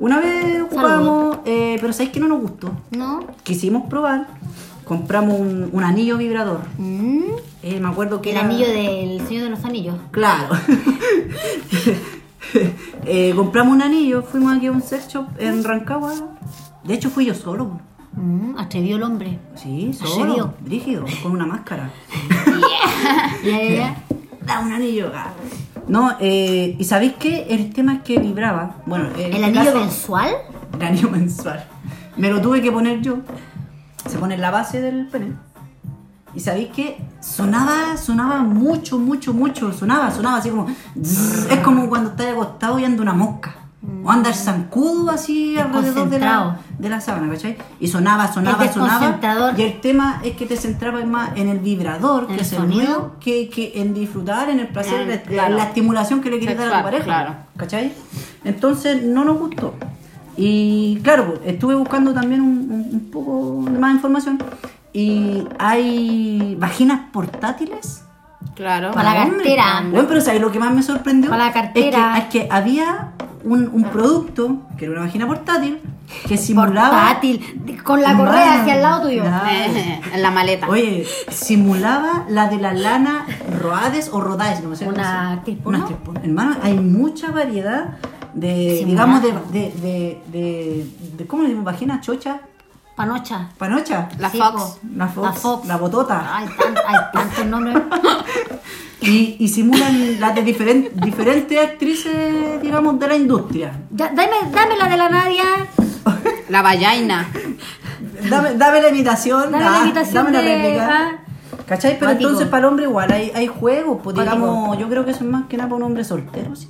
B: Una vez ocupamos, eh, pero sabéis que no nos gustó.
A: ¿No?
B: Quisimos probar, compramos un, un anillo vibrador.
A: Mm.
B: Eh, me acuerdo que
A: El
B: era-
A: anillo del Señor de los Anillos.
B: Claro. Eh, compramos un anillo, fuimos aquí a un sex shop en Rancagua. De hecho, fui yo solo.
A: Mm, atrevido el hombre.
B: Sí,
A: serio?
B: solo. Rígido, con una máscara.
A: Ya, ya, ya.
B: Da un anillo. ah. No, eh, y sabéis que el tema es que vibraba. Bueno, en
A: ¿El
B: este
A: anillo
B: caso,
A: mensual?
B: El anillo mensual. Me lo tuve que poner yo. Se pone en la base del pene. Y sabéis que sonaba, sonaba mucho, mucho, mucho. Sonaba, sonaba así como. zzz. Es como cuando estás acostado y anda una mosca. O anda el zancudo así alrededor de la,
A: Desconcentrado.
B: de la sábana, ¿cachai? Y sonaba, sonaba,
A: Es
B: sonaba.
A: desconcentrador.
B: Y el tema es que te centrabas más en el vibrador,
A: En
B: que
A: el
B: es el
A: sonido.
B: ruido, que, que en disfrutar, en el placer,
D: Ah,
B: la-
D: claro.
B: la, estimulación que le quieres dar a tu
D: Sexual,
B: pareja.
D: claro.
B: ¿Cachai? Entonces no nos gustó. Y claro, pues, estuve buscando también un, un- un poco de más información. Y hay vaginas portátiles.
D: Claro.
A: Para la
B: hombres. pues.
A: cartera.
B: Bueno, pero ¿sabes lo que más me sorprendió?
A: Para la cartera.
B: Es que, es que había un, un producto, que era una vagina portátil, que simulaba...
A: Portátil. Con la correa
B: Mano,
A: hacia el lado tuyo.
B: claro.
D: en la maleta.
B: Oye, simulaba la de la lana Roades o Rodades, no sé.
A: Una tripona.
B: Una tripona. Hermano, hay mucha variedad de,
A: Simulada.
B: digamos, de, de, de, de, de- ¿cómo le decimos? Vagina, chocha,
A: Panocha.
B: panocha,
D: La
A: Sí,
D: Fox.
A: po.
B: la fox,
A: La Fox.
B: botota.
A: Ay, tan- hay tantos nombres.
B: Y, y simulan las de diferen- diferentes actrices, digamos, de la industria.
A: Ya, dame, dame la de la Nadia.
D: La vallaina.
B: Dame, dame la imitación.
A: Dame la
B: ah,
A: imitación
B: Dame la
A: de-
B: réplica.
A: ah.
B: ¿Cachai? Pero
A: Cuático.
B: entonces para el hombre igual hay, hay juegos, pues
A: Cuático.
B: digamos, yo creo que eso es más que nada para un hombre soltero. sí.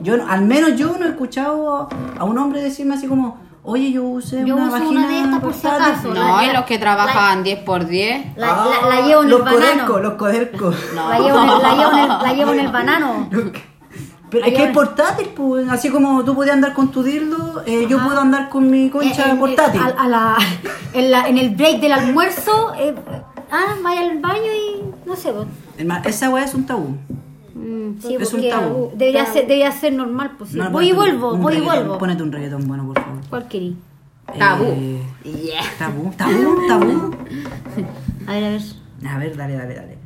B: Yo, no- al menos yo no he escuchado a, a un hombre decirme así como, oye, yo usé
A: Yo
B: una
A: uso
B: vagina
A: una de estas por si
B: portátil".
A: acaso.
D: No,
A: la-
D: es los que
A: la-
D: trabajaban 10x10.
A: La,
B: Ah,
A: la- la llevo en el
B: los
A: banano.
B: codercos, los codercos.
D: No.
A: La, llevo en el, la, llevo en el, la llevo en el banano.
B: Pero
A: Ahí
B: es que
A: ahora.
B: es portátil, pues, así como tú podías andar con tu dildo, eh, yo puedo andar con mi concha
A: Eh, en-
B: portátil.
A: a- a la- en, la- en el break del almuerzo, eh, ah, vaya al baño y no sé. pues.
B: Hermano, esa weá es un tabú.
A: Mm, sí,
B: Es un
A: porque
B: tabú.
A: Debería ser, debería ser normal. Pues, sí.
B: No,
A: voy y
B: ponte un-
A: vuelvo,
B: un
A: voy y
B: reggaetón,
A: vuelvo.
B: Ponete un reggaetón bueno, por favor.
A: ¿Cuál querí?
D: Tabú.
B: Eh,
D: Yeah.
B: Tabú, tabú, tabú.
A: A ver, a ver.
B: A ver, dale, dale, dale.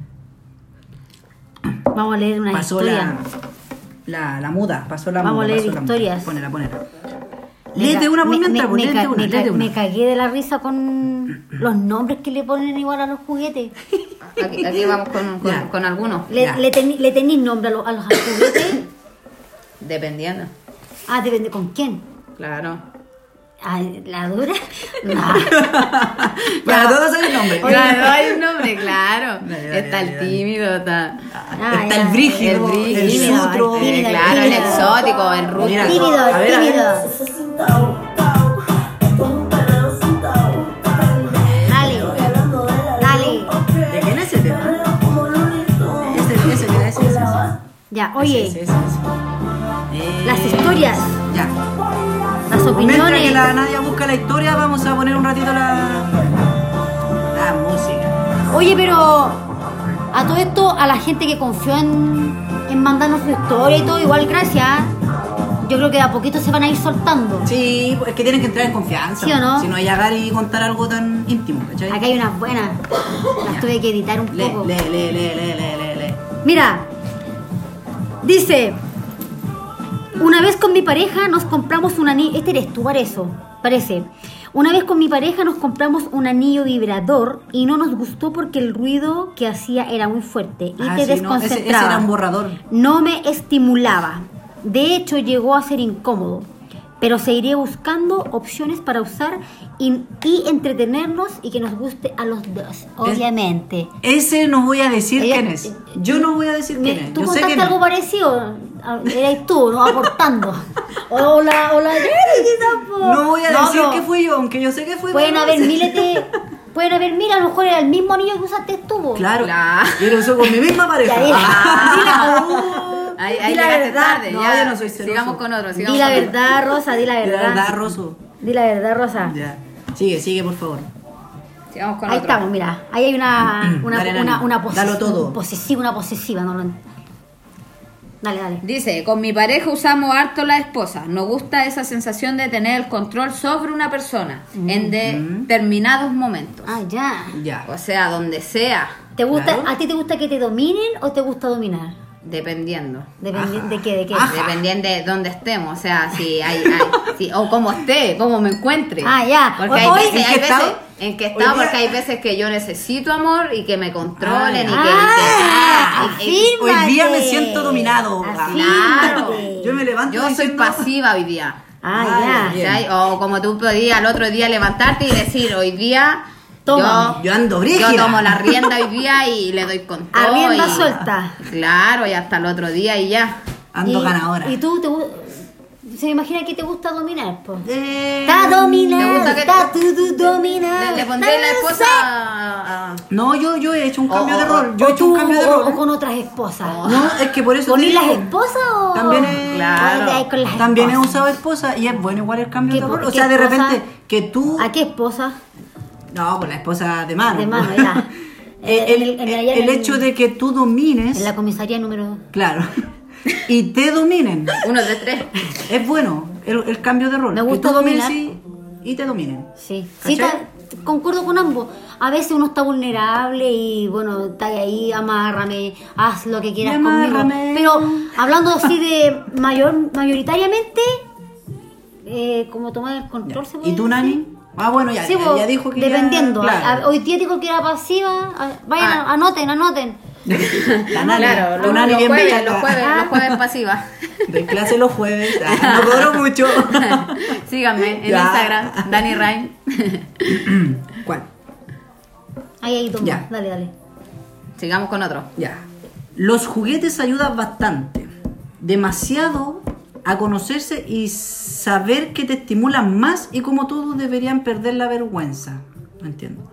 A: Vamos a leer una
B: Pasó
A: historia.
B: la, la, la muda, pasó la
A: Vamos
B: muda.
A: a leer
B: pasó la
A: historias.
B: muda. Ponela, ponela.
A: Me
B: Léete
A: ca-
B: una por
A: me-
B: mientras,
A: me-
B: pues,
A: me
B: léete
A: ca-
B: una,
A: me ca-
B: léete
A: Me
B: una.
A: cagué de la risa con los nombres que le ponen igual a los juguetes.
D: Aquí, aquí vamos con, con,
B: Ya.
D: con algunos.
A: Le,
B: Ya.
A: le, tení- le tenéis nombre a los, a los juguetes.
D: Dependiendo.
A: Ah, depende con quién.
D: Claro.
A: Ah, ¿La dura? Ah, No.
B: Para todos hay nombre.
D: Claro, hay un nombre, claro.
B: Dale, dale,
D: está el
B: dale, dale.
D: tímido, está.
A: Ah,
B: Está
A: ya,
B: el
D: El
B: brígido, el,
D: brígido, este,
B: sutro. Eh,
A: el tímido,
D: claro, el
A: tímido.
D: exótico, el rubio.
B: Mira,
A: Tímido,
B: a ver, a ver.
A: tímido.
C: é um então, tá
A: Dale,
C: é,
A: dale.
B: ¿De quién es el tema?
C: tá
B: Ese, ese, ese, ese, ese, ese.
A: Ya, oye,
B: Ese, ese, ese.
A: las
B: Eh,
A: historias,
B: Ya.
A: las
B: Mientras que
A: opiniones.
B: la Nadia busca la historia, vamos a poner un ratito la. La música.
A: Oye, pero a todo esto, a la gente que confió en, en mandarnos su historia y todo, igual gracias. ¿eh? Yo creo que de a poquito se van a ir soltando.
B: Sí, pues es que tienen que entrar en confianza.
A: ¿Sí o no?
B: Si no, llegar y contar algo tan íntimo, ¿cachai?
A: Acá hay unas buenas. Las tuve que editar un
B: Lee,
A: poco.
B: lee, lee, lee, lee, lee, lee, lee.
A: Mira, dice, Una vez con mi pareja nos compramos un anillo. Este eres tú, para eso, parece. Una vez con mi pareja nos compramos un anillo vibrador y no nos gustó porque el ruido que hacía era muy fuerte y te
B: Ah, sí, no, ese- ese
A: desconcentraba.
B: era un borrador.
A: No me estimulaba. De hecho, llegó a ser incómodo. Pero seguiré buscando opciones para usar y, y entretenernos y que nos guste a los dos, obviamente.
B: Ese no voy a decir
A: Ella-
B: quién es. Yo no voy a decir
A: Me-
B: quién es.
A: ¿Tú
B: Yo sé
A: contaste
B: quién
A: algo
B: es.
A: parecido? Ah, Erais tú, ¿no? Aportando. Hola, hola.
B: No voy a decir
A: pero
B: que fui yo, aunque yo sé que fui
A: Pueden
B: yo.
A: haber miles de. Pueden haber, mira, a lo mejor era el mismo anillo que usaste tú. po.
B: Claro.
D: Claro.
B: Yo lo uso con mi misma pareja. Ah.
A: Ya, ya.
D: Ahí, ahí
B: Di la
D: llegaste
B: verdad.
D: tarde,
B: No,
D: ya.
B: yo no soy celoso.
D: Sigamos con otro.
A: Di
D: sigamos
A: la
D: con otro.
A: verdad, Rosa, di la
B: Di
A: verdad.
B: la verdad, Roso.
A: Di la verdad, Rosa.
B: Ya. Sigue, sigue, por favor.
D: Sigamos con
A: Ahí
D: otro.
A: estamos, mira. Ahí hay una, una,
B: Dale,
A: una,
B: Nani.
A: una, poses-
B: Dalo todo.
A: posesiva, una posesiva. No, lo- Dale, dale.
D: Dice, con mi pareja usamos harto la esposa. Nos gusta esa sensación de tener el control sobre una persona en determinados momentos.
A: Ah, ya.
B: Ya.
D: O sea, donde sea,
A: ¿Te gusta,
B: Claro.
A: ¿A ti te gusta que te dominen o te gusta dominar?
D: dependiendo.
A: Depende
B: Ajá.
A: de qué, de qué.
B: Ajá.
D: Dependiendo de dónde estemos, o sea, si hay, hay- si- o cómo esté, cómo me encuentre.
A: Ah, ya.
D: Porque
A: Hoy-
B: ¿en
D: hay veces,
B: qué
D: hay veces-
B: estado?
D: en que
B: Hoy
D: estado,
B: día-
D: porque hay veces que yo necesito amor y que me controlen y que- y que,
A: Ah,
D: y- y-
A: afírmate.
B: Hoy día me siento dominado.
A: Afírmate.
D: Claro.
B: Yo me levanto
D: Ah. yo soy
B: diciendo-
D: pasiva hoy día.
A: Ah,
B: Ah,
A: ya.
B: Bien.
D: ¿cachai? O como tú podías al otro día levantarte y decir, hoy día
A: Toma.
D: yo,
B: Yo ando brígida.
D: yo tomo la rienda hoy día y le doy con todo.
A: Arrienda
D: y-
A: suelta.
D: Claro, y hasta el otro día y ya.
B: Ando
A: Y-
B: ganadora.
A: Y tú te gu- se imagina que te gusta dominar, po.
B: Eh,
A: Está
D: ¿Te
A: dominado,
D: gusta que-
A: está tú, tú dominado.
D: Le, le pondré la esposa a- a-
B: No, yo, yo he hecho un
A: Oh,
D: O-
B: cambio de
D: o-
B: rol. Yo
A: Yo
B: he hecho un cambio de
A: O
B: rol.
A: con otras esposas.
B: No, es que por eso. te
A: ¿Poní oh, las
B: digo.
A: esposas o.?
B: También he-
D: Claro.
A: o de ahí con las
B: También he
A: esposas?
B: usado esposa y es bueno igual el cambio
A: ¿Qué-
B: de rol. O
A: qué
B: sea, de
A: esposa?
B: repente que tú.
A: ¿A qué esposa?
B: No, con la esposa de mano.
A: De mano, ya.
B: el,
A: En el- en
B: el-
A: allá en
B: el
A: el-
B: hecho de que tú domines.
A: En la comisaría número.
B: Claro. Y te dominen.
D: uno de tres.
B: Es bueno el, el cambio de rol.
A: Me
B: que
A: gusta
B: tú domines
A: dominar.
B: y, y te dominen.
A: Sí.
B: ¿Cachai?
A: Sí, está- concuerdo con ambos. A veces uno está vulnerable y bueno, está ahí, amárrame, haz lo que quieras
B: Y
A: conmigo.
B: amárrame.
A: Pero hablando así de mayor, mayoritariamente, eh, como tomar el control se puede
B: ¿Y tú, Nani? Ah, bueno, ya,
A: Sí,
B: ya,
A: vos,
B: ya dijo que. ya-
A: dependiendo. Ah,
B: claro.
A: A- a- hoy día dijo que era pasiva. a- vayan,
D: Ah.
A: anoten, anoten.
B: La Nani,
D: claro,
B: la
D: los,
B: Nani
D: los
B: bien
D: jueves,
B: becada.
D: los jueves, los jueves pasiva.
B: Doy clase los jueves. Ah, no cobro mucho.
D: Síganme en
B: Ya.
D: Instagram, Dani Rain.
B: ¿Cuál?
A: Ahí, ahí, toma.
B: Ya.
A: Dale, dale.
D: Sigamos con otro.
B: Ya. Los juguetes ayudan bastante. Demasiado a conocerse y saber que te estimulan más y como todos deberían perder la vergüenza. No entiendo.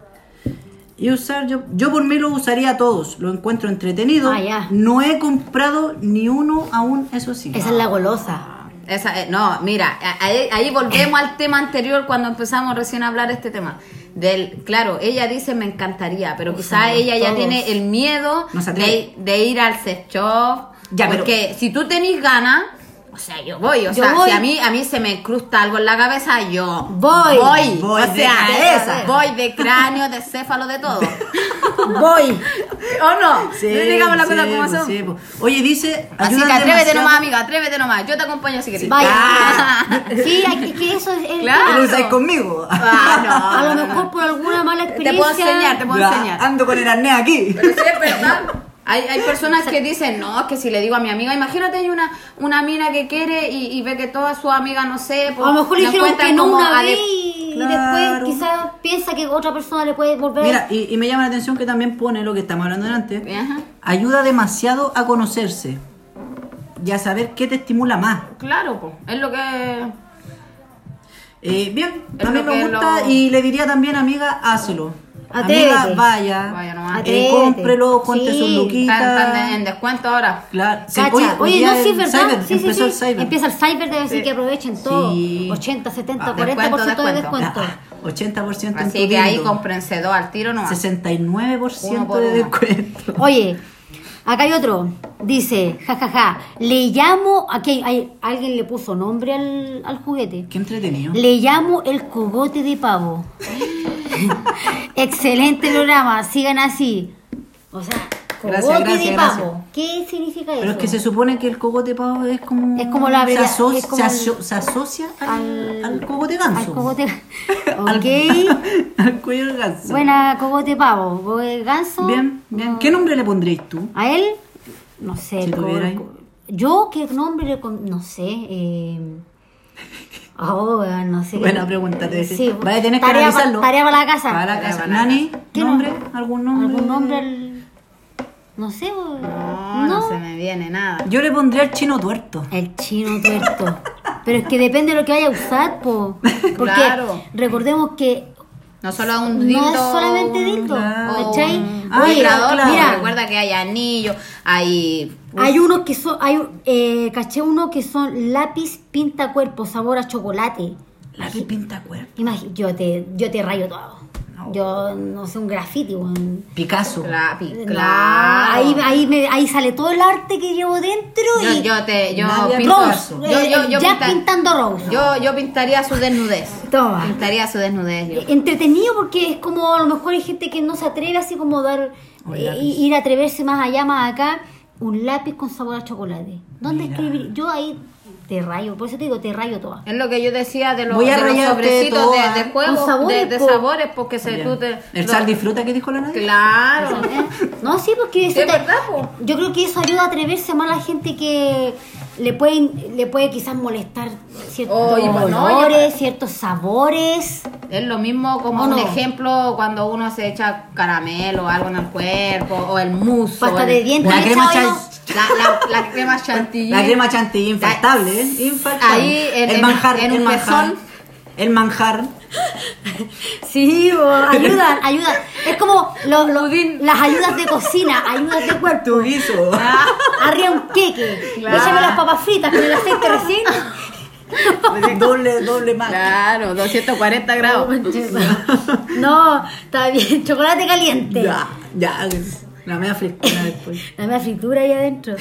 B: Y usar yo, yo por mí lo usaría a todos, lo encuentro entretenido.
A: Ah, ya.
B: No he comprado ni uno aún, eso sí.
A: Esa es la golosa.
D: Esa, eh, no, mira, a- ahí, ahí volvemos al tema anterior cuando empezamos recién a hablar este tema. Del, claro, ella dice me encantaría, pero quizás
A: Usamos
D: ella ya
A: todos.
D: tiene el miedo
B: No se
D: de,
B: atreve.
D: de ir al sex shop.
B: Ya, pero-
D: porque si tú tenés ganas, o sea, yo voy,
A: Yo
D: o sea,
A: voy.
D: si a mí, a mí se me incrusta algo en la cabeza, yo
A: Voy.
D: voy,
B: Voy
D: o
B: de
D: sea,
B: cabeza.
D: voy de cráneo, de céfalo, de todo.
A: Voy.
D: ¿O no?
B: Sí,
D: No digamos las
B: sí,
D: cosas como
B: pues,
D: son.
B: sí, pues. Oye, dice.
D: Así que
B: ayudan
D: atrévete
B: demasiado-
D: nomás, amiga, atrévete nomás. Yo te acompaño si quieres.
A: Vaya. Sí, aquí- que eso es. es-
D: Ah. Claro.
B: Lo usáis conmigo.
D: Ah, no,
A: A
D: no,
A: lo
D: no, no.
A: mejor por alguna mala
D: Te
A: experiencia.
D: puedo enseñar, te puedo
B: Ya,
D: enseñar.
B: Ando con el arnés aquí.
D: Pero sí es verdad. Hay, hay personas que dicen, no, es que si le digo a mi amiga, imagínate hay una, una mina que quiere y, y ve que todas sus amigas, no sé,
A: A lo mejor le dijeron que
D: encuentran
A: no
D: como
A: una
D: ade-
A: vez y
B: Claro.
A: después quizás piensa que otra persona le puede volver.
B: Mira, y, y me llama la atención que también pone lo que estamos hablando antes.
D: Ajá.
B: Ayuda demasiado a conocerse y a saber qué te estimula más.
D: Claro, po, es lo que...
B: Eh, bien,
D: Es
B: a mí
D: lo
B: me
D: que
B: gusta
D: lo-
B: y le diría también, amiga, hazlo.
A: Atrévete.
B: Amiga, vaya,
D: Vaya
B: eh,
D: nomás.
A: Atrévete.
B: cómprelo, ponte
A: Sí.
B: sus
D: Están, están en
B: luquitas.
D: descuento ahora.
B: Claro, sí,
A: Cacha.
B: hoy-
A: Oye,
B: hoy día
A: no, sí,
B: el
A: es verdad.
B: Cyber,
A: sí, sí,
B: empezó
A: sí.
B: el cyber.
A: Empieza el cyber, debe decir
D: Sí.
A: que aprovechen todo.
B: Sí.
A: 80, 70,
D: Ah,
A: 40% de descuento.
D: descuento,
B: Ah, 80% en
D: Así
B: tu
D: que ahí
B: dildo.
D: cómprense dos al tiro nomás.
B: 69%
D: Uno por
B: de
D: uno.
B: descuento.
A: Oye, acá hay otro. Dice, jajaja, le llamo. Aquí hay- hay- alguien le puso nombre al, al juguete.
B: Qué entretenido.
A: Le llamo el cogote de pavo. Excelente programa, sigan así. O sea,
D: Gracias,
A: Cogote
D: gracias,
A: de
D: gracias.
A: pavo. ¿Qué significa eso?
B: Pero es que se supone que el cogote pavo es como.
A: Es como la
B: se,
A: abrevi-
B: aso-
A: es como
B: se,
A: el-
B: aso- se asocia al,
A: al-
B: al cogote
A: Al
B: ganso.
A: cogote.
B: Al-
A: Ok.
B: al cuello del ganso.
A: Buena, cogote pavo. Cogote ganso.
B: Bien, bien. ¿Qué nombre le pondréis tú?
A: A él, no sé.
B: Si
A: el co-
B: tuviera ahí.
A: co- yo, ¿qué nombre le con- No sé. Eh, ahora, no sé.
B: Buena pregunta, te decía.
A: Sí,
B: Vaya a tener que
A: tarea, pa-
B: analizarlo.
A: tarea para la casa.
B: Para la
D: Tarea
B: casa.
D: para la
B: Nani,
A: Ah, ¿Qué
B: nombre?
A: nombre?
B: ¿Algún nombre?
D: Mm.
A: ¿Algún nombre? al- No sé. o-
D: Ah, No, no, se me viene nada.
B: Yo le pondría al chino tuerto.
A: El chino tuerto. Pero es que depende de lo que vaya a usar, po. Porque
D: Claro.
A: recordemos que
D: No solo un
A: No
D: dildo.
A: es solamente
D: un-
A: dildo,
D: o
A: ¿cachai?
D: un
B: Ah, claro.
D: vibrador, porque
A: Mira.
D: recuerda que hay anillos, hay...
A: hay unos que son, hay, eh, caché uno que son lápiz pinta cuerpo, sabor a chocolate.
B: La que pinta cuerpo.
A: Imagi- yo te, yo te rayo todo. Yo no sé, un graffiti, weón.
B: Picasso.
D: Cla- pi-
A: No,
D: claro.
A: Ahí, ahí, me- ahí sale todo el arte que llevo dentro
D: Yo,
A: y
D: yo te... Yo
B: Nadie
D: pinto-
A: Rose,
D: yo, yo,
A: eh,
D: yo
A: ya
D: pinta-
A: pintando Rose.
D: Yo, yo pintaría su desnudez.
A: Toma.
D: Pintaría su desnudez. yo.
A: entretenido porque es como a lo mejor hay gente que no se atreve así como dar
B: Un
A: eh,
B: lápiz.
A: ir a atreverse más allá más acá un lápiz con sabor a chocolate dónde
B: Mira.
A: escribir yo ahí te rayo por eso te digo te rayo toda
D: Es lo que yo decía de los,
B: Voy a
D: de los
B: rayarte
D: sobrecitos
B: toda.
D: de, de juegos,
A: ¿eh? Con sabores,
D: de, de
A: po.
D: sabores, porque se,
B: Ya.
D: tú te...
B: El
D: lo-
B: sal disfruta que dijo la Nani.
D: Claro.
A: ¿eh? no sí porque eso
D: Es verdad, po.
A: yo creo que eso ayuda a atreverse más a la gente que le pueden le puede quizás molestar ciertos
D: Oh, y pa- no, y
A: olores
D: pa-
A: ciertos sabores
D: Es lo mismo como
A: ¿O
D: un
A: no?
D: ejemplo cuando uno se echa caramelo o algo en el cuerpo, o el mousse.
A: Pasta
D: o el-
A: de dientes,
B: La
A: ¿cachai?
B: crema chas-
D: La, la- la crema chantilly.
B: La crema chantilly infaltable, ¿eh? Infaltable.
D: Ahí, en-
B: el
D: en-
B: manjar,
D: en
B: el
D: un
B: manjar.
D: pezón.
B: El manjar.
A: Sí, bo, ayudan, ayudan. Es como los, los- las ayudas de cocina, ayudas de cuerpo.
B: Tu guiso.
A: Ah. Arriba un queque.
D: Claro.
A: Échame las papas fritas con el aceite recién.
B: doble, doble más.
D: Claro, 240
B: Oh,
D: grados.
A: No, está bien. Chocolate caliente.
B: Ya, ya. La media frescura después.
A: La mea fritura ahí adentro.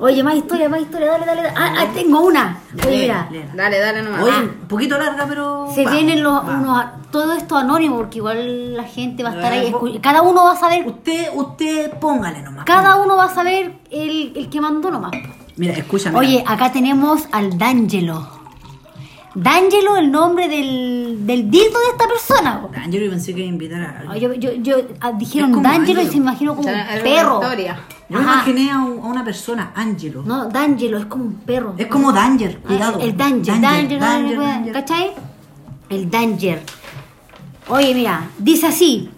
A: Oye, más historia, más historia. Dale, dale, dale. Ah, ah, tengo una. Oye, mira. ah.
B: Lela.
D: Dale, dale nomás.
B: Oye, un poquito larga, pero.
A: Se
B: va,
A: vienen los,
B: va.
A: unos, todo esto anónimo porque igual la gente va a estar ahí.
B: Ah, vos-
A: escu- Cada uno va a saber,
B: Usted, usted, póngale nomás.
A: cada uno va a saber el, el que mandó nomás.
B: Ah, Mira, escúchame.
A: Oye, acá tenemos al D'Angelo. D'Angelo, el nombre del, del dildo de esta persona. po.
B: D'Angelo, yo pensé que iba a invitar a alguien.
A: Yo, yo, yo- ah, dijeron
B: Es como
A: D'Angelo y
B: Angelo.
A: se imaginó como
D: O
A: un
D: sea, era una
A: perro.
D: historia.
B: Yo me
A: Ajá.
B: imaginé a, un- a una persona, Angelo.
A: No, D'Angelo es como un perro.
B: Es como Danger,
A: Ah,
B: cuidado.
A: El Danger, Danger, Danger, ¿cachai? El Danger. Oye, mira, dice así,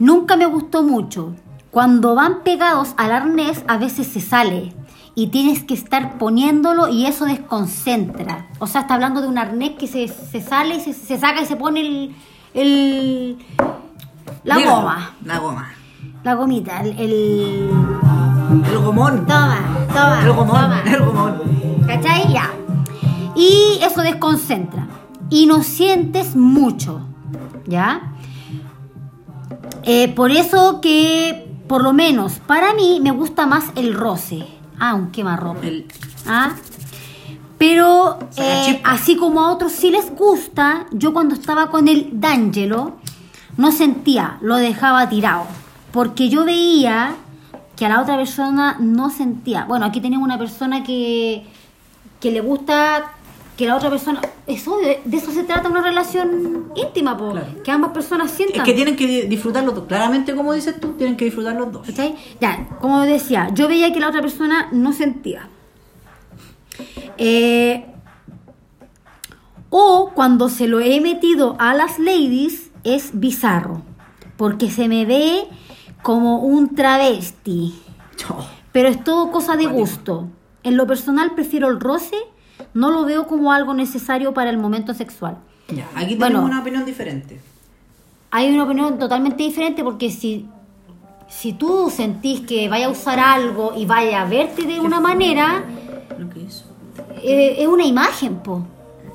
A: nunca me gustó mucho. Cuando van pegados al arnés, a veces se sale y tienes que estar poniéndolo y eso desconcentra. O sea, está hablando de un arnés que se, se sale y se, se saca y se pone el... el- la
B: Dígalo,
A: goma,
B: La goma.
A: la gomita, el... el-
B: El gomón.
A: Toma, toma,
B: El gomón.
A: toma.
B: El gomón.
A: ¿Cachai? Ya. Y eso desconcentra. Y no sientes mucho. ¿Ya? Eh, por eso que, por lo menos, para mí me gusta más el roce. Ah, un quemarropa.
B: El-
A: Ah. Pero
B: Saca
A: eh,
B: chispa.
A: así como a otros sí les gusta, yo cuando estaba con el D'Angelo no sentía, lo dejaba tirado. Porque yo veía que a la otra persona no sentía. Bueno, aquí tenemos una persona que, que le gusta que la otra persona. Eso, de, de eso se trata una relación íntima, po,
B: Claro.
A: que ambas personas sientan.
B: Es que tienen que disfrutar los dos. Claramente, como dices tú, tienen que disfrutar los dos.
A: ¿Cachai? Ya, como decía, yo veía que la otra persona no sentía. Eh, o cuando se lo he metido a las ladies es bizarro, porque se me ve como un travesti,
B: Oh,
A: pero es todo cosa de gusto. En lo personal prefiero el roce, no lo veo como algo necesario para el momento sexual.
B: ya, aquí tenemos
A: Bueno.
B: una opinión diferente.
A: hay una opinión totalmente diferente porque si, si tú sentís que vaya a usar algo y vaya a verte de una manera,
B: Lo que es.
A: eh, es una imagen, po.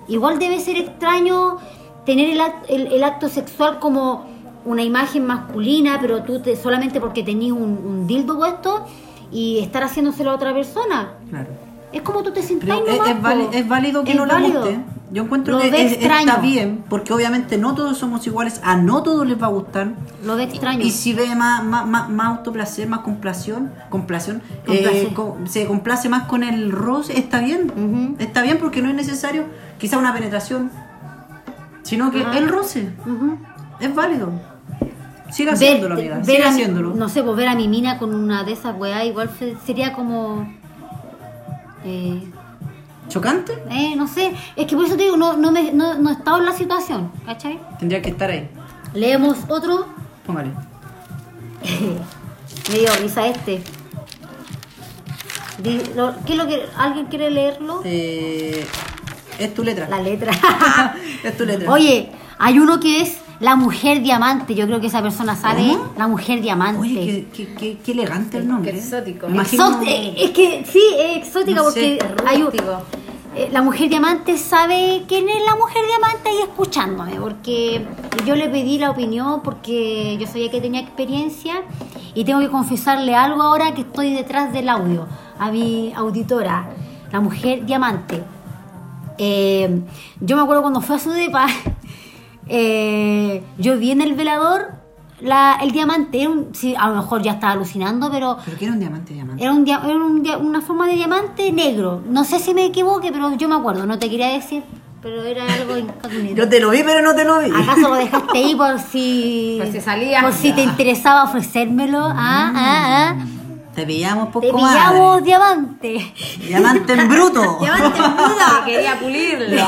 A: Igual debe ser extraño tener el, act- el- el acto sexual como una imagen masculina, pero tú te- solamente porque tenías un, un dildo puesto y estar haciéndoselo a otra persona.
B: Claro.
A: Es como tú te
B: Pero
A: sentás
B: es,
A: nomás,
B: es vali-
A: po.
B: es válido que
A: Es
B: no
A: válido.
B: le guste. Yo encuentro
A: Lo
B: que
A: ve
B: es- está
A: extraño.
B: bien, porque obviamente no todos somos iguales, a no todos les va a gustar.
A: Lo ve extraño.
B: Y si ve más, más, más, más autoplacer, más complación, complación
A: Complacer.
B: eh, co- se complace más con el roce, está bien.
A: Ujú.
B: Está bien porque no es necesario quizá una penetración, sino que el roce
A: Ujú.
B: es válido. Sigue
A: Ver-
B: haciéndolo, amiga.
A: ver
B: Sigue
A: a mi-
B: haciéndolo.
A: No sé, pues ver a mi mina con una de esas weas igual fe- sería como. Eh,
B: ¿Chocante?
A: eh, no sé, es que por eso te digo, no, no, me, no, no he estado en la situación, ¿cachai?
B: Tendría que estar ahí.
A: Leemos otro,
B: Póngale.
A: me dio risa este. Di- lo- ¿Qué es lo que alguien quiere leerlo?
B: Eh, es tu letra.
A: La letra.
B: es tu letra.
A: Oye, hay uno que es la mujer diamante, yo creo que esa persona sabe,
B: ¿Cómo?
A: la mujer diamante.
B: Oye, qué, qué, qué, qué elegante el nombre. ¿eh?
D: Qué exótico.
B: Me imagino-
A: Exóti- eh, es que sí, es exótica
B: No
A: porque
B: sé,
A: hay un-
D: rústico.
A: eh, la mujer diamante sabe quién es la mujer diamante ahí escuchándome, porque yo le pedí la opinión porque yo sabía que tenía experiencia y tengo que confesarle algo ahora que estoy detrás del audio a mi auditora, la mujer diamante. Eh, yo me acuerdo cuando fue a su depa, eh, yo vi en el velador la- el diamante, era un- sí, a lo mejor ya estaba alucinando, pero
B: Pero que era un diamante, diamante.
A: era, un dia- era un dia- una forma de diamante negro. No sé si me equivoque, pero yo me acuerdo. No te quería decir, pero era algo incógnito.
B: Yo te lo vi, pero no te lo vi.
A: ¿Acaso lo dejaste ahí por si...
D: Por si salía.
A: Por si te interesaba ofrecérmelo. Ah, ah, ah.
B: Te pillamos Mm. poco
A: Te pillamos diamante.
B: madre. Diamante en bruto.
A: Diamante en duda.
D: Ah, Que quería pulirlo.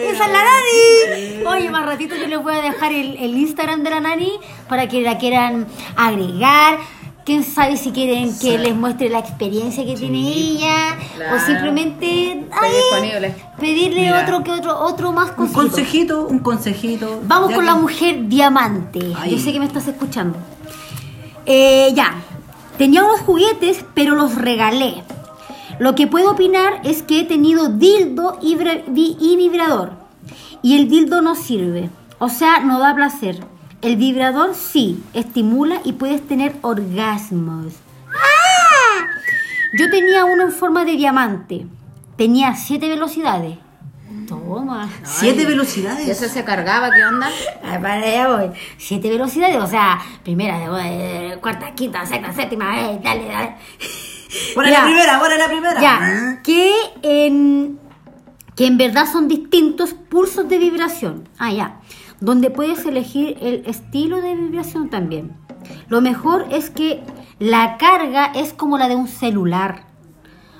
A: ¡Esa es la nani! Oye, más ratito yo les voy a dejar el, el Instagram de la nani para que la quieran agregar. Quién sabe si quieren que les muestre la experiencia que tiene ella o
D: claro.
A: simplemente
D: Estoy
A: ahí,
D: disponible.
A: pedirle
B: Mira.
A: otro que otro otro más
B: Un
A: cosito.
B: consejito, un consejito.
A: Vamos
B: Ya
A: con
B: que-
A: la mujer diamante.
B: Ay.
A: Yo sé que me estás escuchando. Eh, ya. Tenía unos juguetes, pero los regalé. Lo que puedo opinar es que he tenido dildo y, vibra- vi- y vibrador. Y el dildo no sirve. O sea, no da placer. El vibrador sí, estimula y puedes tener orgasmos. ¡Ah! Yo tenía uno en forma de diamante. Tenía siete velocidades. Toma.
B: Siete
D: Y eso
B: velocidades.
D: se cargaba, ¿qué onda?
A: Ah, Para allá voy. Siete velocidades, o sea, primera, eh, cuarta, quinta, sexta, séptima, eh, dale, dale.
B: Bueno,
A: Ya.
B: la primera, bueno, la primera.
A: Ya, que en, que en verdad son distintos pulsos de vibración. Ah, ya. Donde puedes elegir el estilo de vibración también. Lo mejor es que la carga es como la de un celular.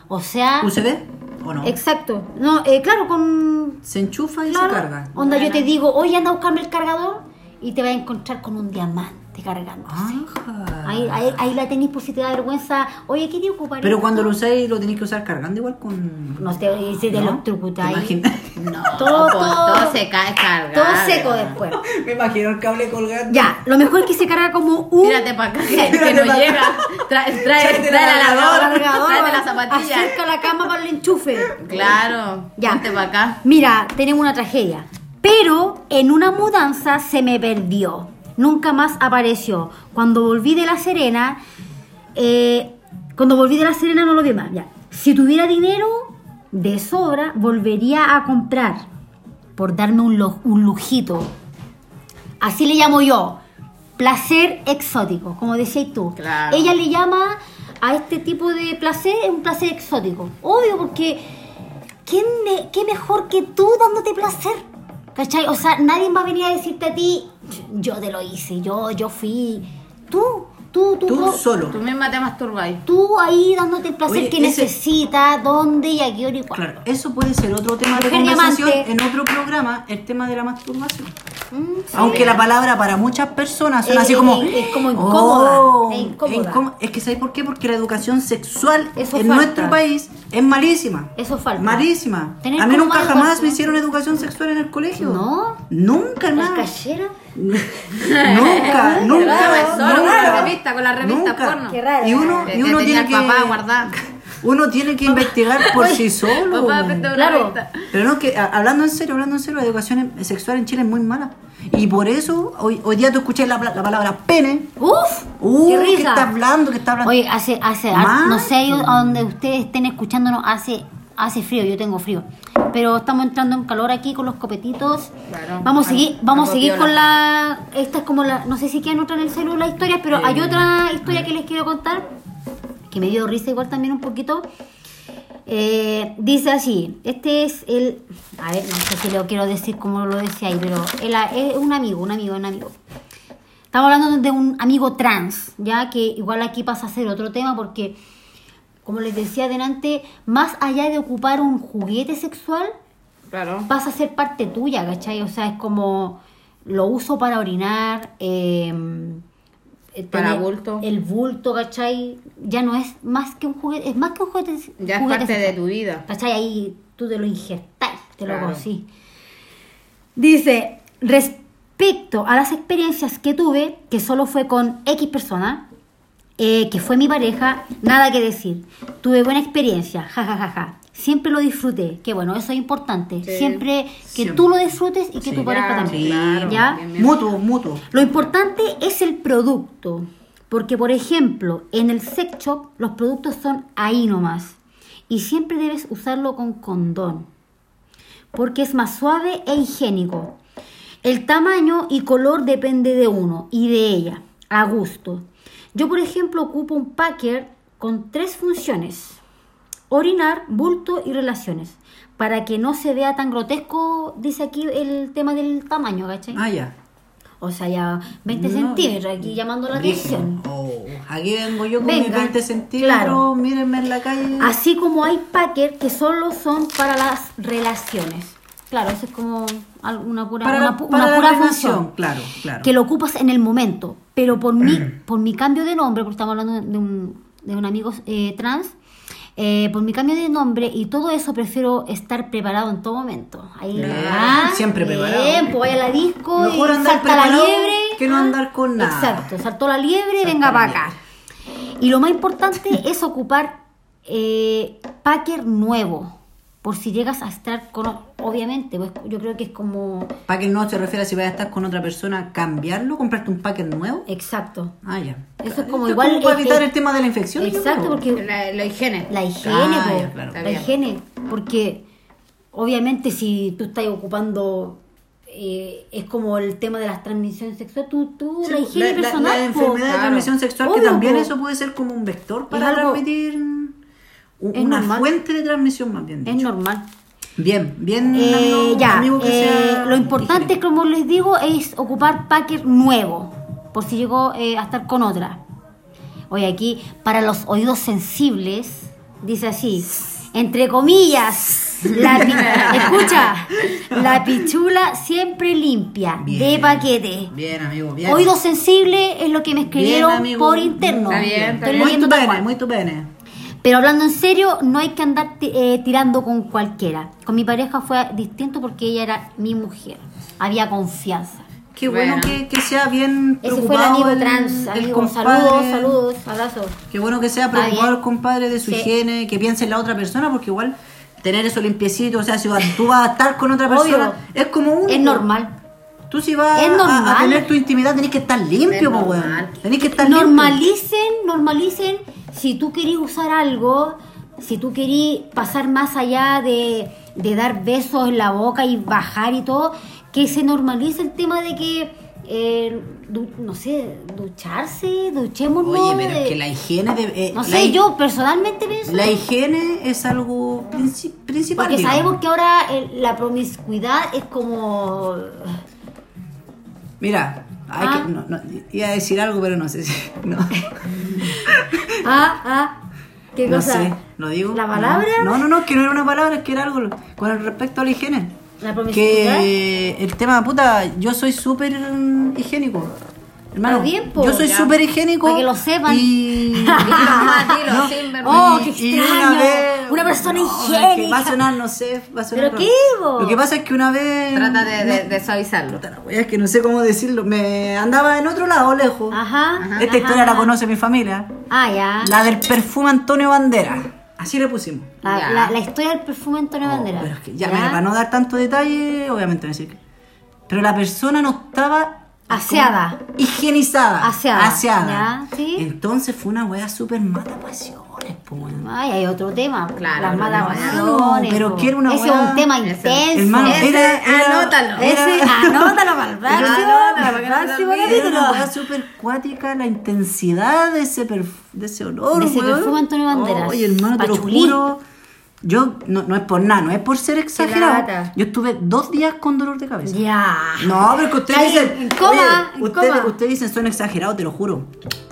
A: O sea,
B: ¿UCB o no?
A: exacto. No, eh, claro, con
B: Se enchufa y
A: Claro.
B: se carga.
A: Onda, yo te digo, oye, anda a buscarme el cargador y te vas a encontrar con un diamante cargando.
B: Ah. Ajá.
A: Ahí, ahí, ahí la tenéis por si te da vergüenza. Oye, ¿qué te ocuparía?
B: Pero cuando lo usáis lo tenéis que usar cargando igual con...
A: No te, y si te
B: ¿No?
A: lo electrocutáis.
B: ¿Te imaginas?
A: No, todo,
D: Pues
A: todo,
D: todo se cae cargado.
A: todo seco después.
B: Me imagino el cable colgando.
A: Ya, lo mejor es que se carga como un...
D: Tírate para acá, que,
B: Tírate
D: no
B: pa' acá.
D: llega. Trae, trae,
B: Tráete
D: trae la
B: la
D: lavadora,
A: Cargador,
D: tráete la zapatilla.
A: Acerca la cama para el enchufe.
D: Claro,
A: Ya.
D: ponte para acá.
A: Mira, tenemos una tragedia. Pero en una mudanza se me perdió. Nunca más apareció. Cuando volví de La Serena, eh, cuando volví de La Serena no lo vi más. Ya. Si tuviera dinero de sobra, volvería a comprar por darme un, lo- un lujito. Así le llamo yo. Placer exótico, como decías tú.
D: Claro.
A: Ella le llama a este tipo de placer un placer exótico. Obvio, porque ¿quién me- ¿qué mejor que tú dándote placer? ¿Cachai? O sea, nadie va a venir a decirte a ti, yo te lo hice, yo, yo fui. Tú, tú, tú,
B: Tú
A: no.
B: solo.
D: Tú misma te masturbáis.
A: Tú ahí dándote el placer
B: Oye,
A: que
B: ese-
A: necesitas, dónde y a qué hora y cuándo.
B: Claro, eso puede ser otro tema de
A: Mujer
B: conversación
A: diamante.
B: en otro programa, el tema de la masturbación.
A: Mm, sí.
B: Aunque la palabra para muchas personas suena
A: Es-
B: así
A: es-
B: como...
A: es como incómoda,
B: "Oh,
A: es incómoda".
B: incómo- Es que ¿sabes por qué? Porque la educación sexual
A: Eso
B: en
A: falta.
B: nuestro país es malísima.
A: Eso falta.
B: Malísima.
A: Tener
B: A mí
A: como
B: nunca
A: educación.
B: jamás me hicieron educación sexual en el colegio.
A: No.
B: Nunca,
A: ¿Las
B: nada.
A: cacheras?
B: nunca, nunca,
D: raro, solo con la
B: nunca.
D: revista, con la revista
B: Nunca.
D: porno.
A: Qué raro.
B: Y uno,
D: Que-
B: y
D: que
B: uno
D: tenía
B: tiene
D: el
B: que...
D: papá guardado.
B: Uno tiene que investigar por sí solo.
D: Papá, presta una
A: Claro.
D: revista.
B: Pero no, que a- hablando en serio, hablando en serio, la educación en- sexual en Chile es muy mala. Y por eso hoy, hoy día tú escuchas la, pla- la palabra pene.
A: ¡Uf!
B: Uh,
A: ¡Qué
B: ¿qué
A: risa!
B: está hablando? ¿Qué está hablando?
A: Oye, hace, hace,
B: Más.
A: no sé yo a donde ustedes estén escuchándonos, hace hace frío, yo tengo frío. Pero estamos entrando en calor aquí con los copetitos.
D: Claro.
A: vamos a
D: Al-
A: seguir, vamos a
D: algo
A: seguir
D: piola.
A: con la. Esta es como la. No sé si quedan otra en el celular las historias,
D: Eh,
A: pero hay otra historia que les quiero contar. Que me dio risa igual también un poquito. Eh, dice así, este es el, a ver, no sé si lo quiero decir como lo decía ahí, pero el- es un amigo, un amigo, un amigo. Estamos hablando de un amigo trans, ya que igual aquí pasa a ser otro tema porque, como les decía adelante, más allá de ocupar un juguete sexual,
D: Claro.
A: vas a ser parte tuya, ¿cachai? O sea, es como lo uso para orinar, eh, eh,
D: Para
A: tener
D: bulto.
A: El bulto, ¿cachai? Ya no es más que un juguete, es más que un juguete.
D: Ya es
A: juguete
D: parte de
A: sexual.
D: tu vida.
A: ¿Cachai? Ahí tú te lo ingestáis, te
D: Claro.
A: lo cosís. Dice, respecto a las experiencias que tuve, que solo fue con X persona, eh, que fue mi pareja, nada que decir. Tuve buena experiencia, jajajaja. Siempre lo disfruté, que bueno, eso es importante.
D: Sí.
A: Siempre que
B: Siempre.
A: tú lo disfrutes y que
B: Sí.
A: tu pareja
D: Ya,
A: también.
D: sí, claro,
A: ¿Ya?
D: bien, bien.
B: Mutuo, mutuo.
A: Lo importante es el producto, porque por ejemplo, en el sex shop los productos son ahí nomás y siempre debes usarlo con condón, porque es más suave e higiénico. El tamaño y color depende de uno y de ella, a gusto. Yo por ejemplo ocupo un packer con tres funciones orinar, bulto y relaciones. Para que no se vea tan grotesco, dice aquí el tema del tamaño, ¿cachai?
B: Ah, ya.
A: O sea, ya 20
B: No,
A: centímetros aquí llamando la atención.
B: Oh, aquí vengo yo con mis
A: Venga,
B: 20 centímetros,
A: claro.
B: mírenme en la calle.
A: Así como hay packers que solo son para las relaciones. Claro, eso es como al- una pura,
B: para
A: una,
B: la,
A: pu-
B: para
A: una
B: la
A: pura
B: relación,
A: función.
B: claro, claro.
A: Que lo ocupas en el momento. Pero por mi, por mi cambio de nombre, porque estamos hablando de un, de un amigo eh, trans, eh, por mi cambio de nombre y todo eso prefiero estar preparado en todo momento. Ahí,
B: Bien,
A: ah,
B: siempre preparado.
A: Bien, pues vaya a la disco
B: Mejor
A: y
B: andar
A: salta la
B: preparado
A: liebre.
B: que no
A: ah,
B: andar con nada.
A: Exacto, saltó la liebre,
B: Saltó
A: venga
B: la
A: para acá. Y lo más importante es ocupar eh, packer nuevo. Por si llegas a estar con. Obviamente, pues yo creo que es como.
B: Para que no se refiera si vas a estar con otra persona, cambiarlo, comprarte un paquete nuevo.
A: Exacto.
B: Ah, ya.
A: Eso es Eh. como
B: Esto
A: igual,
B: para
A: eh,
B: evitar
A: eh,
B: el tema de la infección. yo
A: Exacto,
B: creo.
A: porque
D: La, la higiene.
A: la higiene,
B: Ah,
A: po,
B: ya, claro.
A: la higiene. Porque obviamente si tú estás ocupando. eh, es como el tema de las transmisiones sexuales. Tú, tú
B: Sí,
A: la higiene personal.
B: la
A: po,
B: enfermedad de
A: claro.
B: transmisión sexual, que
A: Obvio,
B: también
A: po.
B: eso puede ser como un vector para
A: Es algo-
B: transmitir un-
A: Es
B: una
A: normal.
B: fuente de transmisión, más bien
A: Es
B: dicho.
A: normal.
B: Bien, bien,
A: Eh,
B: amigo-
A: ya,
B: amigo que
A: eh,
B: sea
A: lo importante,
B: higiénico.
A: como les digo, es ocupar packer nuevo, por si llegó eh, a estar con otra. Oye, aquí, para los oídos sensibles, dice así, entre comillas, la pi- escucha, la pichula siempre limpia, de
B: Bien.
A: paquete.
B: Bien, amigo, bien.
A: Oídos sensibles es lo que me escribieron
B: amigo.
A: por interno.
D: Está bien, está
A: Estoy
D: bien.
B: Muy
A: leyendo
B: tu
A: tal
B: pene,
A: cual.
B: muy tu pene.
A: Pero hablando en serio, no hay que andar ti- eh, tirando con cualquiera. Con mi pareja fue distinto porque ella era mi mujer. Había confianza.
B: Qué bueno,
D: Bueno.
B: que, que sea bien
A: Ese fue el
B: preocupado
A: amigo
B: el-
A: trans.
B: el
A: Amigo,
B: compadre.
A: saludos, saludos, abrazos.
B: Qué bueno que sea
A: Está
B: preocupado
A: bien.
B: el compadre de su
A: Sí.
B: higiene, que piense en la otra persona, porque igual tener eso limpiecito, o sea, si va- tú vas a estar con otra persona,
A: Obvio.
B: es como un...
A: Es normal.
B: Tú si vas
A: Es
B: a-
A: normal.
B: a, tener tu intimidad tenés que estar limpio,
D: Es
B: po,
D: normal.
B: weón. Tenés que estar limpio.
A: Normalicen, normalicen. Si tú querís usar algo, si tú querís pasar más allá de, de dar besos en la boca y bajar y todo, que se normalice el tema de que, eh, du- no sé, ducharse, duchémonos. eh,
B: Oye, pero es
A: de-
B: que la higiene... de- eh,
A: No
B: la,
A: sé, yo personalmente pienso.
B: La higiene es algo princi- principal.
A: Porque
B: digamos.
A: sabemos que ahora el- la promiscuidad es como.
B: Mira, hay
A: Ah.
B: que, no, no, iba a decir algo, pero no sé si... No,
A: Ah, ah. ¿Qué
B: no
A: cosa?
B: sé, no digo.
A: ¿La palabra?
B: No, no, no, es que no era una palabra, es que era algo con respecto a la higiene.
A: La promiscuidad.
B: que el tema, puta, yo soy súper mm, higiénico. Hermano,
A: Está bien, po,
B: yo soy
A: ya.
B: súper higiénico.
A: Para que lo sepan.
B: Y...
D: Ah, dilo,
B: No.
D: sin vergüenza.
A: ¡Oh, qué
B: Y- y
A: extraño!
B: una
A: Una,
B: vez-
A: persona
B: no,
A: higiénica.
B: es que Va a sonar, no sé, va a sonar.
A: ¿Pero
B: raro.
A: qué, bo?
B: Lo que pasa es que una vez.
D: Trata de, de-
B: no,
D: de suavizarlo.
B: puta la wea, es que no sé cómo decirlo. Me andaba en otro lado, lejos.
A: Ajá.
B: Esta
A: ajá.
B: historia la conoce mi familia.
A: Ah, ya.
B: La del perfume Antonio Bandera. Así le pusimos.
A: La,
D: Ya.
A: la- la historia del perfume Antonio
B: Oh,
A: Bandera.
B: pero es que ya, mira, para no dar tanto detalle, obviamente me decir que. Pero la persona no estaba
A: Aseada.
B: Higienizada.
A: Aseada,
B: Aseada.
A: ya, sí.
B: Entonces fue una weá súper mata pasiones, po, weón.
A: Ay, hay otro tema.
D: Claro,
A: las
D: no,
A: matapasiones.
B: no, pero
A: po.
B: quiero una
A: Ese
B: weá-
A: es un tema
D: Ese-
A: intenso.
B: Hermano,
D: Ese,
B: era, era-
D: anótalo.
A: Ese, anótalo para el próximo, para el
D: Anótalo, para que no se
A: próximo
D: te olvide.
B: Era una weá
A: capítulo.
B: súper cuática, la intensidad de ese, perf- de ese olor.
A: De ese
B: weón.
A: perfume Antonio Banderas.
B: Oye, hermano, te
A: Pachulí.
B: lo juro. Yo, no, no es por nada, no es por ser exagerado.
D: lata.
B: Yo estuve dos días con dolor de cabeza.
A: Ya.
B: No, pero que ustedes
A: Ahí,
B: dicen.
A: en coma,
B: oye,
A: en
B: ustedes,
A: coma.
B: ustedes dicen son exagerados, te lo juro.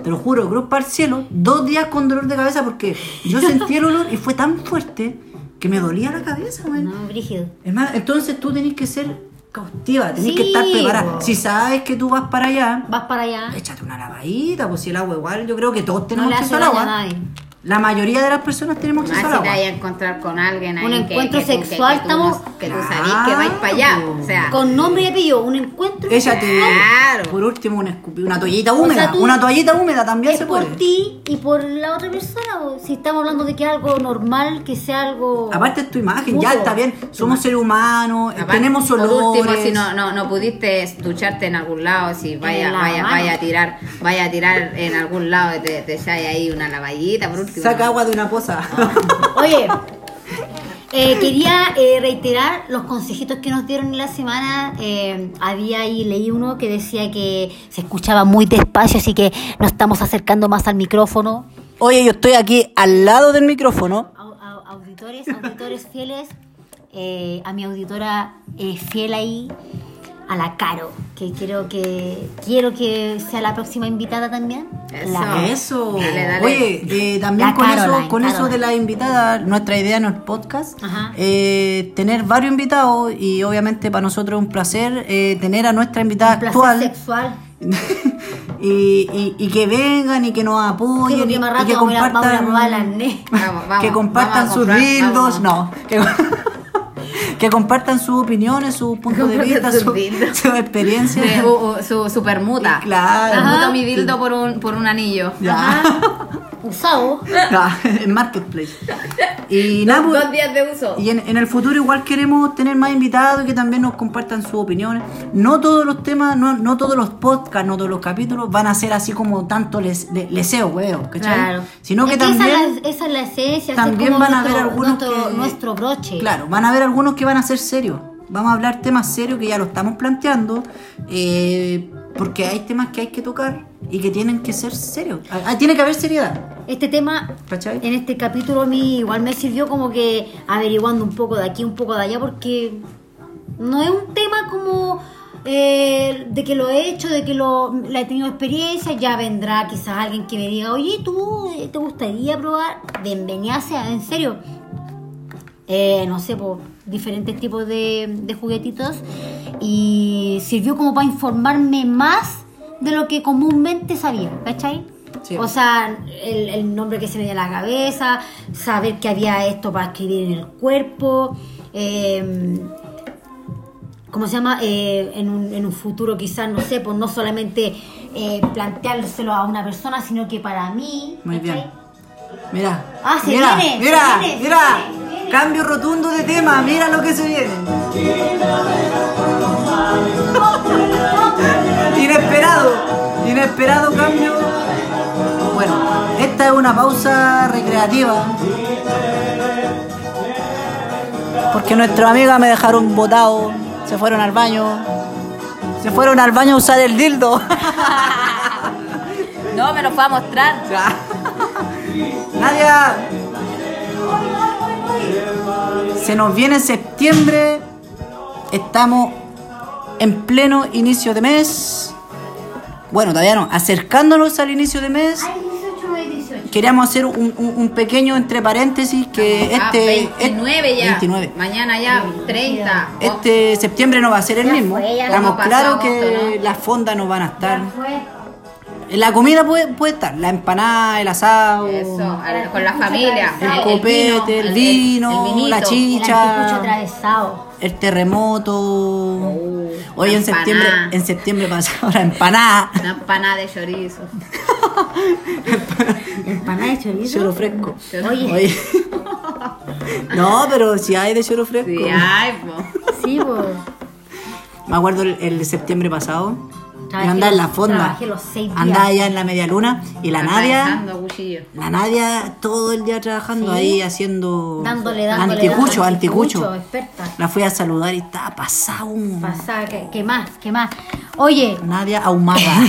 B: Te lo juro, Cruz Parcielo, dos días con dolor de cabeza porque yo sentí el olor y fue tan fuerte que me dolía la cabeza, güey.
A: No, brígido.
B: Hermano, entonces tú tenés que ser cautiva, tenés que
A: Sí,
B: estar preparada.
A: po.
B: Si sabes que tú vas para allá,
A: Vas para allá.
B: échate una lavadita, pues si el agua igual, yo creo que todos
A: No
B: tenemos
A: le hace
B: acceso al
A: daño a
B: agua.
A: nadie.
B: La mayoría de las personas tenemos
D: Más si
B: acceso
D: te
B: al agua.
D: vayas a encontrar con alguien ahí
A: Un
D: que-
A: encuentro
D: que tú- que-
A: sexual,
D: que, tú no-
A: estamos-
D: que tú sabís que vais para allá. O sea,
A: Con nombre y apellido, un encuentro.
B: Échate,
D: Claro.
B: por último, una, escupi- una toallita húmeda.
A: tú-
B: una toallita húmeda también
A: Es
B: se
A: por
B: puede.
A: ti y por la otra persona. o Si estamos hablando de que es algo normal, que sea algo.
B: Aparte es tu imagen,
A: mutuo.
B: ya está bien, somos seres humanos, eh,
D: Aparte,
B: tenemos
D: por
B: olores.
D: último, si no, no, no pudiste ducharte en algún lado, si vaya,
A: la
D: vaya,
A: mano.
D: vaya a tirar, vaya a tirar en algún lado y te, te echáis ahí una lavallita, por último.
B: Saca agua de una poza.
A: Oye, eh, quería eh, reiterar los consejitos que nos dieron en la semana. Eh, había ahí, leí uno que decía que se escuchaba muy despacio, así que nos estamos acercando más al micrófono.
B: Oye, yo estoy aquí al lado del micrófono.
A: Au- au- auditores, auditores fieles, eh, a mi auditora eh, fiel ahí, a la Caro, que quiero que quiero que sea la próxima invitada también.
D: Eso.
A: La-
B: Eso.
D: Dale, dale.
B: Oye, eh, también
A: La
B: con,
A: Caroline,
B: eso, con eso
A: Caroline.
B: de la invitada, nuestra idea en el podcast,
A: Ajá.
B: eh, tener varios invitados y obviamente para nosotros es un placer eh, tener a nuestra invitada
A: placer
B: actual.
A: sexual.
B: y, y- y que vengan y que nos
A: Creo
B: apoyen
A: que
B: y,
A: más
B: y
A: rato
B: que
A: vamos a ir a- vamos a ir a
B: compartan
A: robar al arnés.
D: Vamos, vamos,
B: que compartan
D: vamos a
B: sus
D: comprar,
B: dildos
D: vamos.
B: no que, que compartan sus opiniones sus puntos de
D: Compartan
B: vista
D: sus
B: sus
D: dildos.
B: sus experiencias
D: De- u- u- su, su permuta.
B: Y claro.
D: Permuto
B: Ajá.
D: mi dildo por un, por un anillo.
B: ya
A: Usado.
B: Ya, ah, en marketplace y nada, pues,
D: Dos días de uso.
B: y en, en el futuro igual queremos tener más invitados y que también nos compartan sus opiniones. No todos los temas, no, no todos los podcasts, no todos los capítulos van a ser así como tanto les, le- leseo, huevo, ¿cachai?
A: Claro.
B: Sino que
A: Es
B: también...
A: esa, es la, esa es la esencia. ese es
B: También
A: como
B: van a
A: nuestro-
B: haber algunos
A: nuestro,
B: que-
A: nuestro broche.
B: Claro, van a haber algunos que van a ser serios. Vamos a hablar temas serios que ya lo estamos planteando, eh, porque hay temas que hay que tocar y que tienen que ser serios. Ah, ah, tiene que haber seriedad,
A: Este tema,
B: ¿cachai?
A: en este capítulo, a mí igual me sirvió como que averiguando un poco de aquí, un poco de allá, porque no es un tema como eh, de que lo he hecho, de que lo, la he tenido experiencia. Ya vendrá quizás alguien que me diga, oye, ¿tú eh, te gustaría probar? Bienvenida sea, en serio. eh, no sé, por diferentes tipos de, de juguetitos y sirvió como para informarme más de lo que comúnmente sabía, ¿cachai?
B: Sí.
A: O sea, el, el nombre que se me dio a la cabeza, saber que había esto para escribir en el cuerpo, eh, ¿cómo se llama? Eh, en, un, en un futuro quizás, no sé, pues no solamente eh, planteárselo a una persona, sino que para mí,
B: Muy
A: ¿cachai?
B: bien. Mira,
A: Ah, se
B: mira,
A: viene, se
B: mira,
A: viene, se viene,
B: mira.
A: se viene.
B: Cambio rotundo de tema, mira lo que se viene. Inesperado, inesperado cambio. Bueno, esta es una pausa recreativa. Porque nuestra amiga me dejaron botado, se fueron al baño. Se fueron al baño a usar el dildo.
D: No, me lo fue a mostrar.
B: Ya. Nadia. Se nos viene septiembre. Estamos en pleno inicio de mes. Bueno, todavía no. Acercándonos al inicio de mes.
A: Ay, 18, 18.
B: Queríamos hacer un, un- un pequeño entre paréntesis que
D: Ah,
B: este...
D: 29 ya.
B: 29.
D: Mañana ya 30.
B: Este septiembre no va a ser el
A: Ya
B: mismo.
A: fue, ya
B: Estamos
D: pasó
B: claros
D: agosto,
B: que
D: ¿no?
B: las fondas no van a estar.
A: Ya fue.
B: La comida puede, puede estar. La empanada, el asado.
D: Oh, Eso, al- con la familia.
A: El
B: copete, el vino,
D: vinito.
B: la chi-
A: El
B: Chicha.
A: anticucho atravesado.
B: El terremoto.
A: Oh.
B: Hoy
D: la
B: en septiembre,
D: Uh, empanada.
B: en septiembre pasa ahora empanada.
D: Una empanada de chorizo.
A: Empanada de chorizo.
B: Choro fresco.
A: Oye.
B: Oye. No, pero si hay de choro fresco.
D: Sí, ay, po.
A: Sí, po.
B: Me acuerdo el, el septiembre pasado.
A: Trabajé
B: yo andaba en la
A: los-
B: fonda.
A: trabajé los seis días.
B: Andaba allá en la media luna y la Nadia,
D: Atravesando cuchillo.
B: la Nadia todo el día trabajando
A: Sí.
B: ahí haciendo
A: Dándole, dándole.
B: anticucho,
A: dándole,
B: anticucho.
A: Experta.
B: La fui a saludar y estaba pasada humo.
A: Pasada, que, que más, que más. Oye,
B: Nadia ahumada.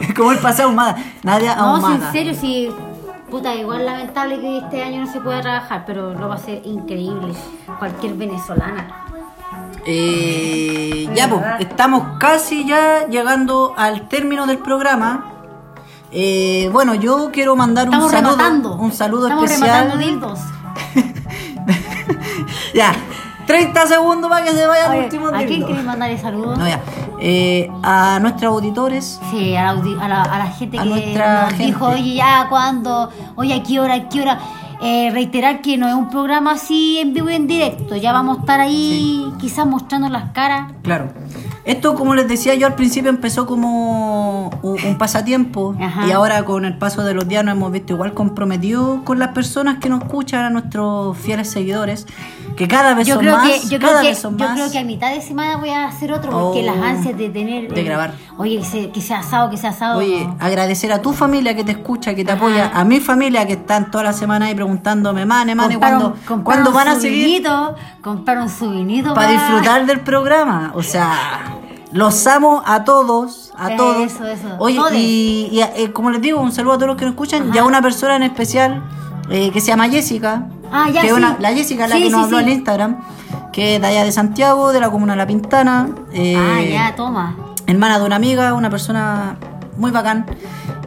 B: Es como el pasado ahumada. Nadia
A: no, si
B: ahumada.
A: en serio, si. Puta, igual lamentable que este año no se pueda trabajar, pero lo va a ser increíble. Cualquier venezolana.
B: Eh, ya, pues, estamos casi ya llegando al término del programa. Eh, bueno, yo quiero mandar
A: Estamos
B: un saludo,
A: rematando.
B: un saludo
A: Estamos rematando
B: especial.
A: dildos.
B: Ya, 30 segundos para que se vaya el
A: Oye,
B: último
A: ¿A quién
B: dildo.
A: queréis mandarle saludos?
B: No, ya. Eh, a nuestros auditores,
A: Sí, a la, audi- a la- a la gente
B: A
A: que
B: nuestra
A: nos dijo,
B: gente.
A: oye, ya, cuando, oye, a qué hora, a qué hora. Eh, reiterar que no es un programa así en vivo y en directo. Ya vamos a estar ahí, quizás mostrando las caras.
B: claro. Esto, como les decía yo al principio, empezó como un, un pasatiempo
A: Ajá.
B: y ahora con el paso de los días nos hemos visto igual comprometidos con las personas que nos escuchan, a nuestros fieles seguidores, que cada vez
A: Yo
B: son
A: creo,
B: más,
A: que, yo, creo
B: cada
A: que,
B: vez son
A: yo
B: más.
A: creo que a mitad de semana voy a hacer otro porque
B: Oh,
A: las ansias de tener.
B: de
A: eh,
B: grabar.
A: Oye, que, se- que sea asado, que sea asado.
B: Oye, agradecer a tu familia que te escucha, que te
A: Ajá.
B: apoya, a mi familia que están toda la semana ahí preguntándome, mane, mane, ¿cuándo, ¿cuándo van a seguir?
A: Compraron su vinito
B: Para disfrutar del programa. O sea, los amo a todos, a
A: Eso,
B: todos.
A: eso.
B: Oye,
A: Todes.
B: y, y, eh, como les digo, un saludo a todos los que nos escuchan
A: Ajá.
B: y a una persona en especial eh, que se llama Jessica.
A: Ah, ya,
B: que es
A: sí.
B: una- la Jessica, la
A: Sí,
B: que nos
A: sí,
B: habló
A: sí.
B: en Instagram, que es de allá de Santiago, de la comuna La Pintana. eh,
A: Ah, ya, toma.
B: hermana de una amiga, una persona muy bacán.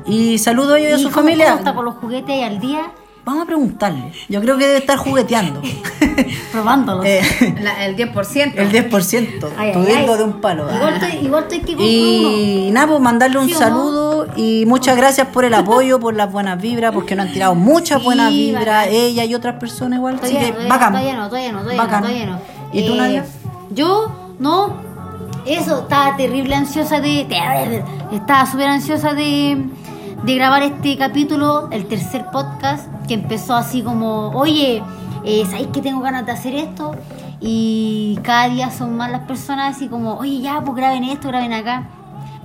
B: Y saludo a ellos y a su
A: cómo-
B: familia.
A: cómo está con los juguetes al día?
B: Vamos a preguntarle. Yo creo que debe estar jugueteando.
A: Probándolos.
B: Eh,
D: La- el 10%.
B: el 10%.
A: Ay, ay,
B: tu dildo
A: ay.
B: de un palo. Ah.
A: Igual estoy, igual estoy que y...
B: Y nada, pues mandarle un
A: ¿Sí o no?
B: saludo y muchas gracias por el apoyo, por las buenas vibras, porque nos han tirado muchas
A: Sí,
B: buenas vibras,
A: bacán.
B: ella y otras personas igual. Así
A: Todavía,
B: que
A: todavía,
B: bacán.
A: todavía no, todavía no, todavía
B: Bacán.
A: no, todavía no.
B: ¿Y tú,
A: Eh,
B: Nadia?
A: Yo, no. Eso, estaba terrible ansiosa de... te- Estaba súper ansiosa de, de grabar este capítulo, el tercer podcast, que empezó así como, oye, eh, ¿sabéis que tengo ganas de hacer esto? Y cada día son más las personas así como, oye, ya, pues graben esto, graben acá.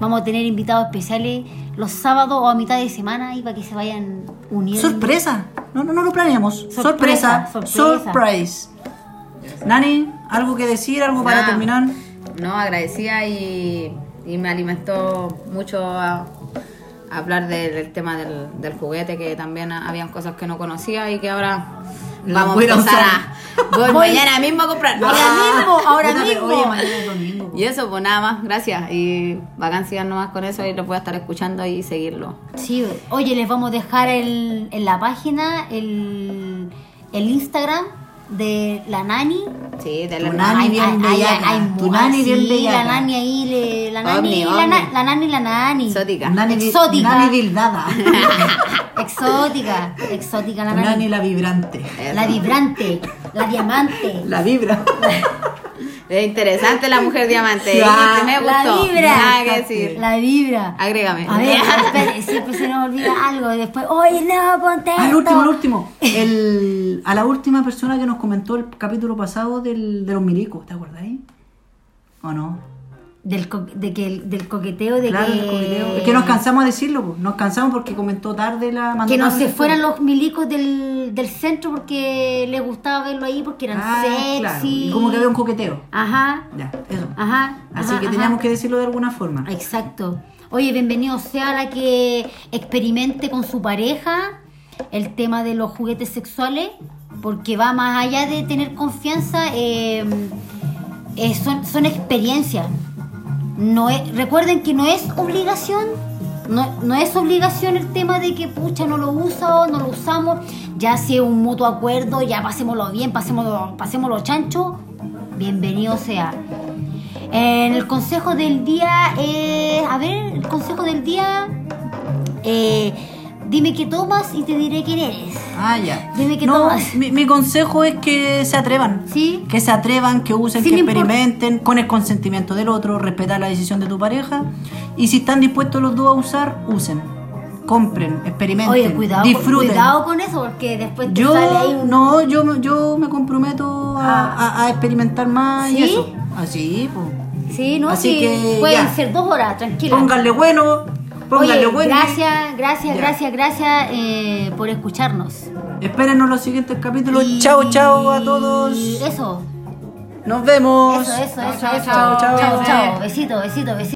A: Vamos a tener invitados especiales los sábados o a mitad de semana y para que se vayan uniendo.
B: Sorpresa. No, no, no lo planeamos. Sorpresa.
A: Sorpresa, sorpresa.
B: Surprise. Nani, ¿algo que decir? ¿Algo para
D: Nada.
B: terminar?
D: No, agradecía y, y me alimentó mucho a, a hablar del, del tema del, del juguete, que también a- habían cosas que no conocía y que ahora
B: Las
D: vamos a
B: voy a
D: empezar
B: usar.
D: a... Voy mañana mismo a comprar.
A: Ahora mismo, ahora
B: Puta, pero
A: mismo.
B: Oye, mañana es domingo.
D: Y eso, pues nada más, gracias. Y vacancias nomás con eso y los voy a estar escuchando y seguirlo.
A: Sí, oye, les vamos a dejar el- en la página el, el Instagram de la nani.
D: Sí, de
B: Tu
D: la
B: nani
A: Ay,
B: bien
A: ay, ay,
B: bellaca,
A: ay,
B: tu
A: mu-
B: nani
A: ah,
B: bien
A: sí,
B: bellaca.
A: La nani ahí, le- la nani, la,
D: Ovni,
A: na-
D: ovni.
A: la nani, la nani.
D: exótica.
B: Nani di-
A: Exótica.
B: Nani Dildada.
A: Exótica, exótica la
B: Nani
A: nani.
B: la vibrante.
A: La vibrante, la diamante.
B: La vibra.
D: Es interesante la mujer diamante.
B: Ya.
D: y me
A: La
D: gustó.
A: vibra.
D: Nada que decir.
A: La vibra.
D: Agrégame.
A: A ver, espere, siempre se nos olvida algo y después, oye, no, ponte
B: Al
A: esto".
B: último, al último. El- a la última persona que nos comentó el capítulo pasado del, de los milicos, ¿te acordáis? ¿O no?
A: Del, co- de que el- del coqueteo de
B: Claro,
A: que...
B: del coqueteo. Es que nos cansamos de decirlo, po. nos cansamos porque comentó tarde la mandó
A: Que no
B: tarde
A: se
B: la
A: fueran
B: historia.
A: los milicos del, del centro porque les gustaba verlo ahí porque eran
B: Ah,
A: sexy.
B: claro. Y como que había un coqueteo.
A: Ajá,
B: Ya, eso.
A: ajá.
B: Así
A: ajá,
B: que
A: ajá.
B: teníamos que decirlo de alguna forma.
A: Exacto. Oye, bienvenido sea la que experimente con su pareja el tema de los juguetes sexuales, porque va más allá de tener confianza, eh, eh, son, son experiencias. No es- recuerden que no es obligación, no, no es obligación el tema de que pucha no lo usa o no lo usamos, ya sea un mutuo acuerdo, ya pasémoslo bien, pasémoslo, pasémoslo chancho, bienvenido sea. Eh, El consejo del día es. A ver, el consejo del día. eh, dime qué tomas y te diré quién eres.
B: Ah, ya.
A: Dime que
B: no,
A: tomas.
B: Mi, mi consejo es que se atrevan.
A: Sí.
B: Que se atrevan, que usen,
A: Sin
B: que
A: import-
B: experimenten con el consentimiento del otro, respetar la decisión de tu pareja. Y si están dispuestos los dos a usar, usen. Compren, experimenten.
A: Oye, cuidado, con-
B: disfruten.
A: cuidado con eso porque después te
B: Yo
A: sale ahí un- Ah.
B: no, yo, me- yo me comprometo a, a- a experimentar más y Ah,
A: ¿Sí?
B: eso. Así, pues.
A: Sí, no,
B: Así
A: sí,
B: que
A: pueden
B: ya.
A: ser dos horas, tranquila.
B: Pónganle bueno, pónganle
A: Oye,
B: bueno.
A: gracias, gracias,
B: Ya.
A: gracias, gracias eh, por escucharnos.
B: Espérenos los siguientes capítulos.
A: Y-
B: Chao, chao a todos.
A: Eso,
B: Nos vemos.
A: eso, eso, eso,
D: Chao,
A: eso.
D: chao,
A: chao,
D: chao.
A: chao. Besito, besito, besito.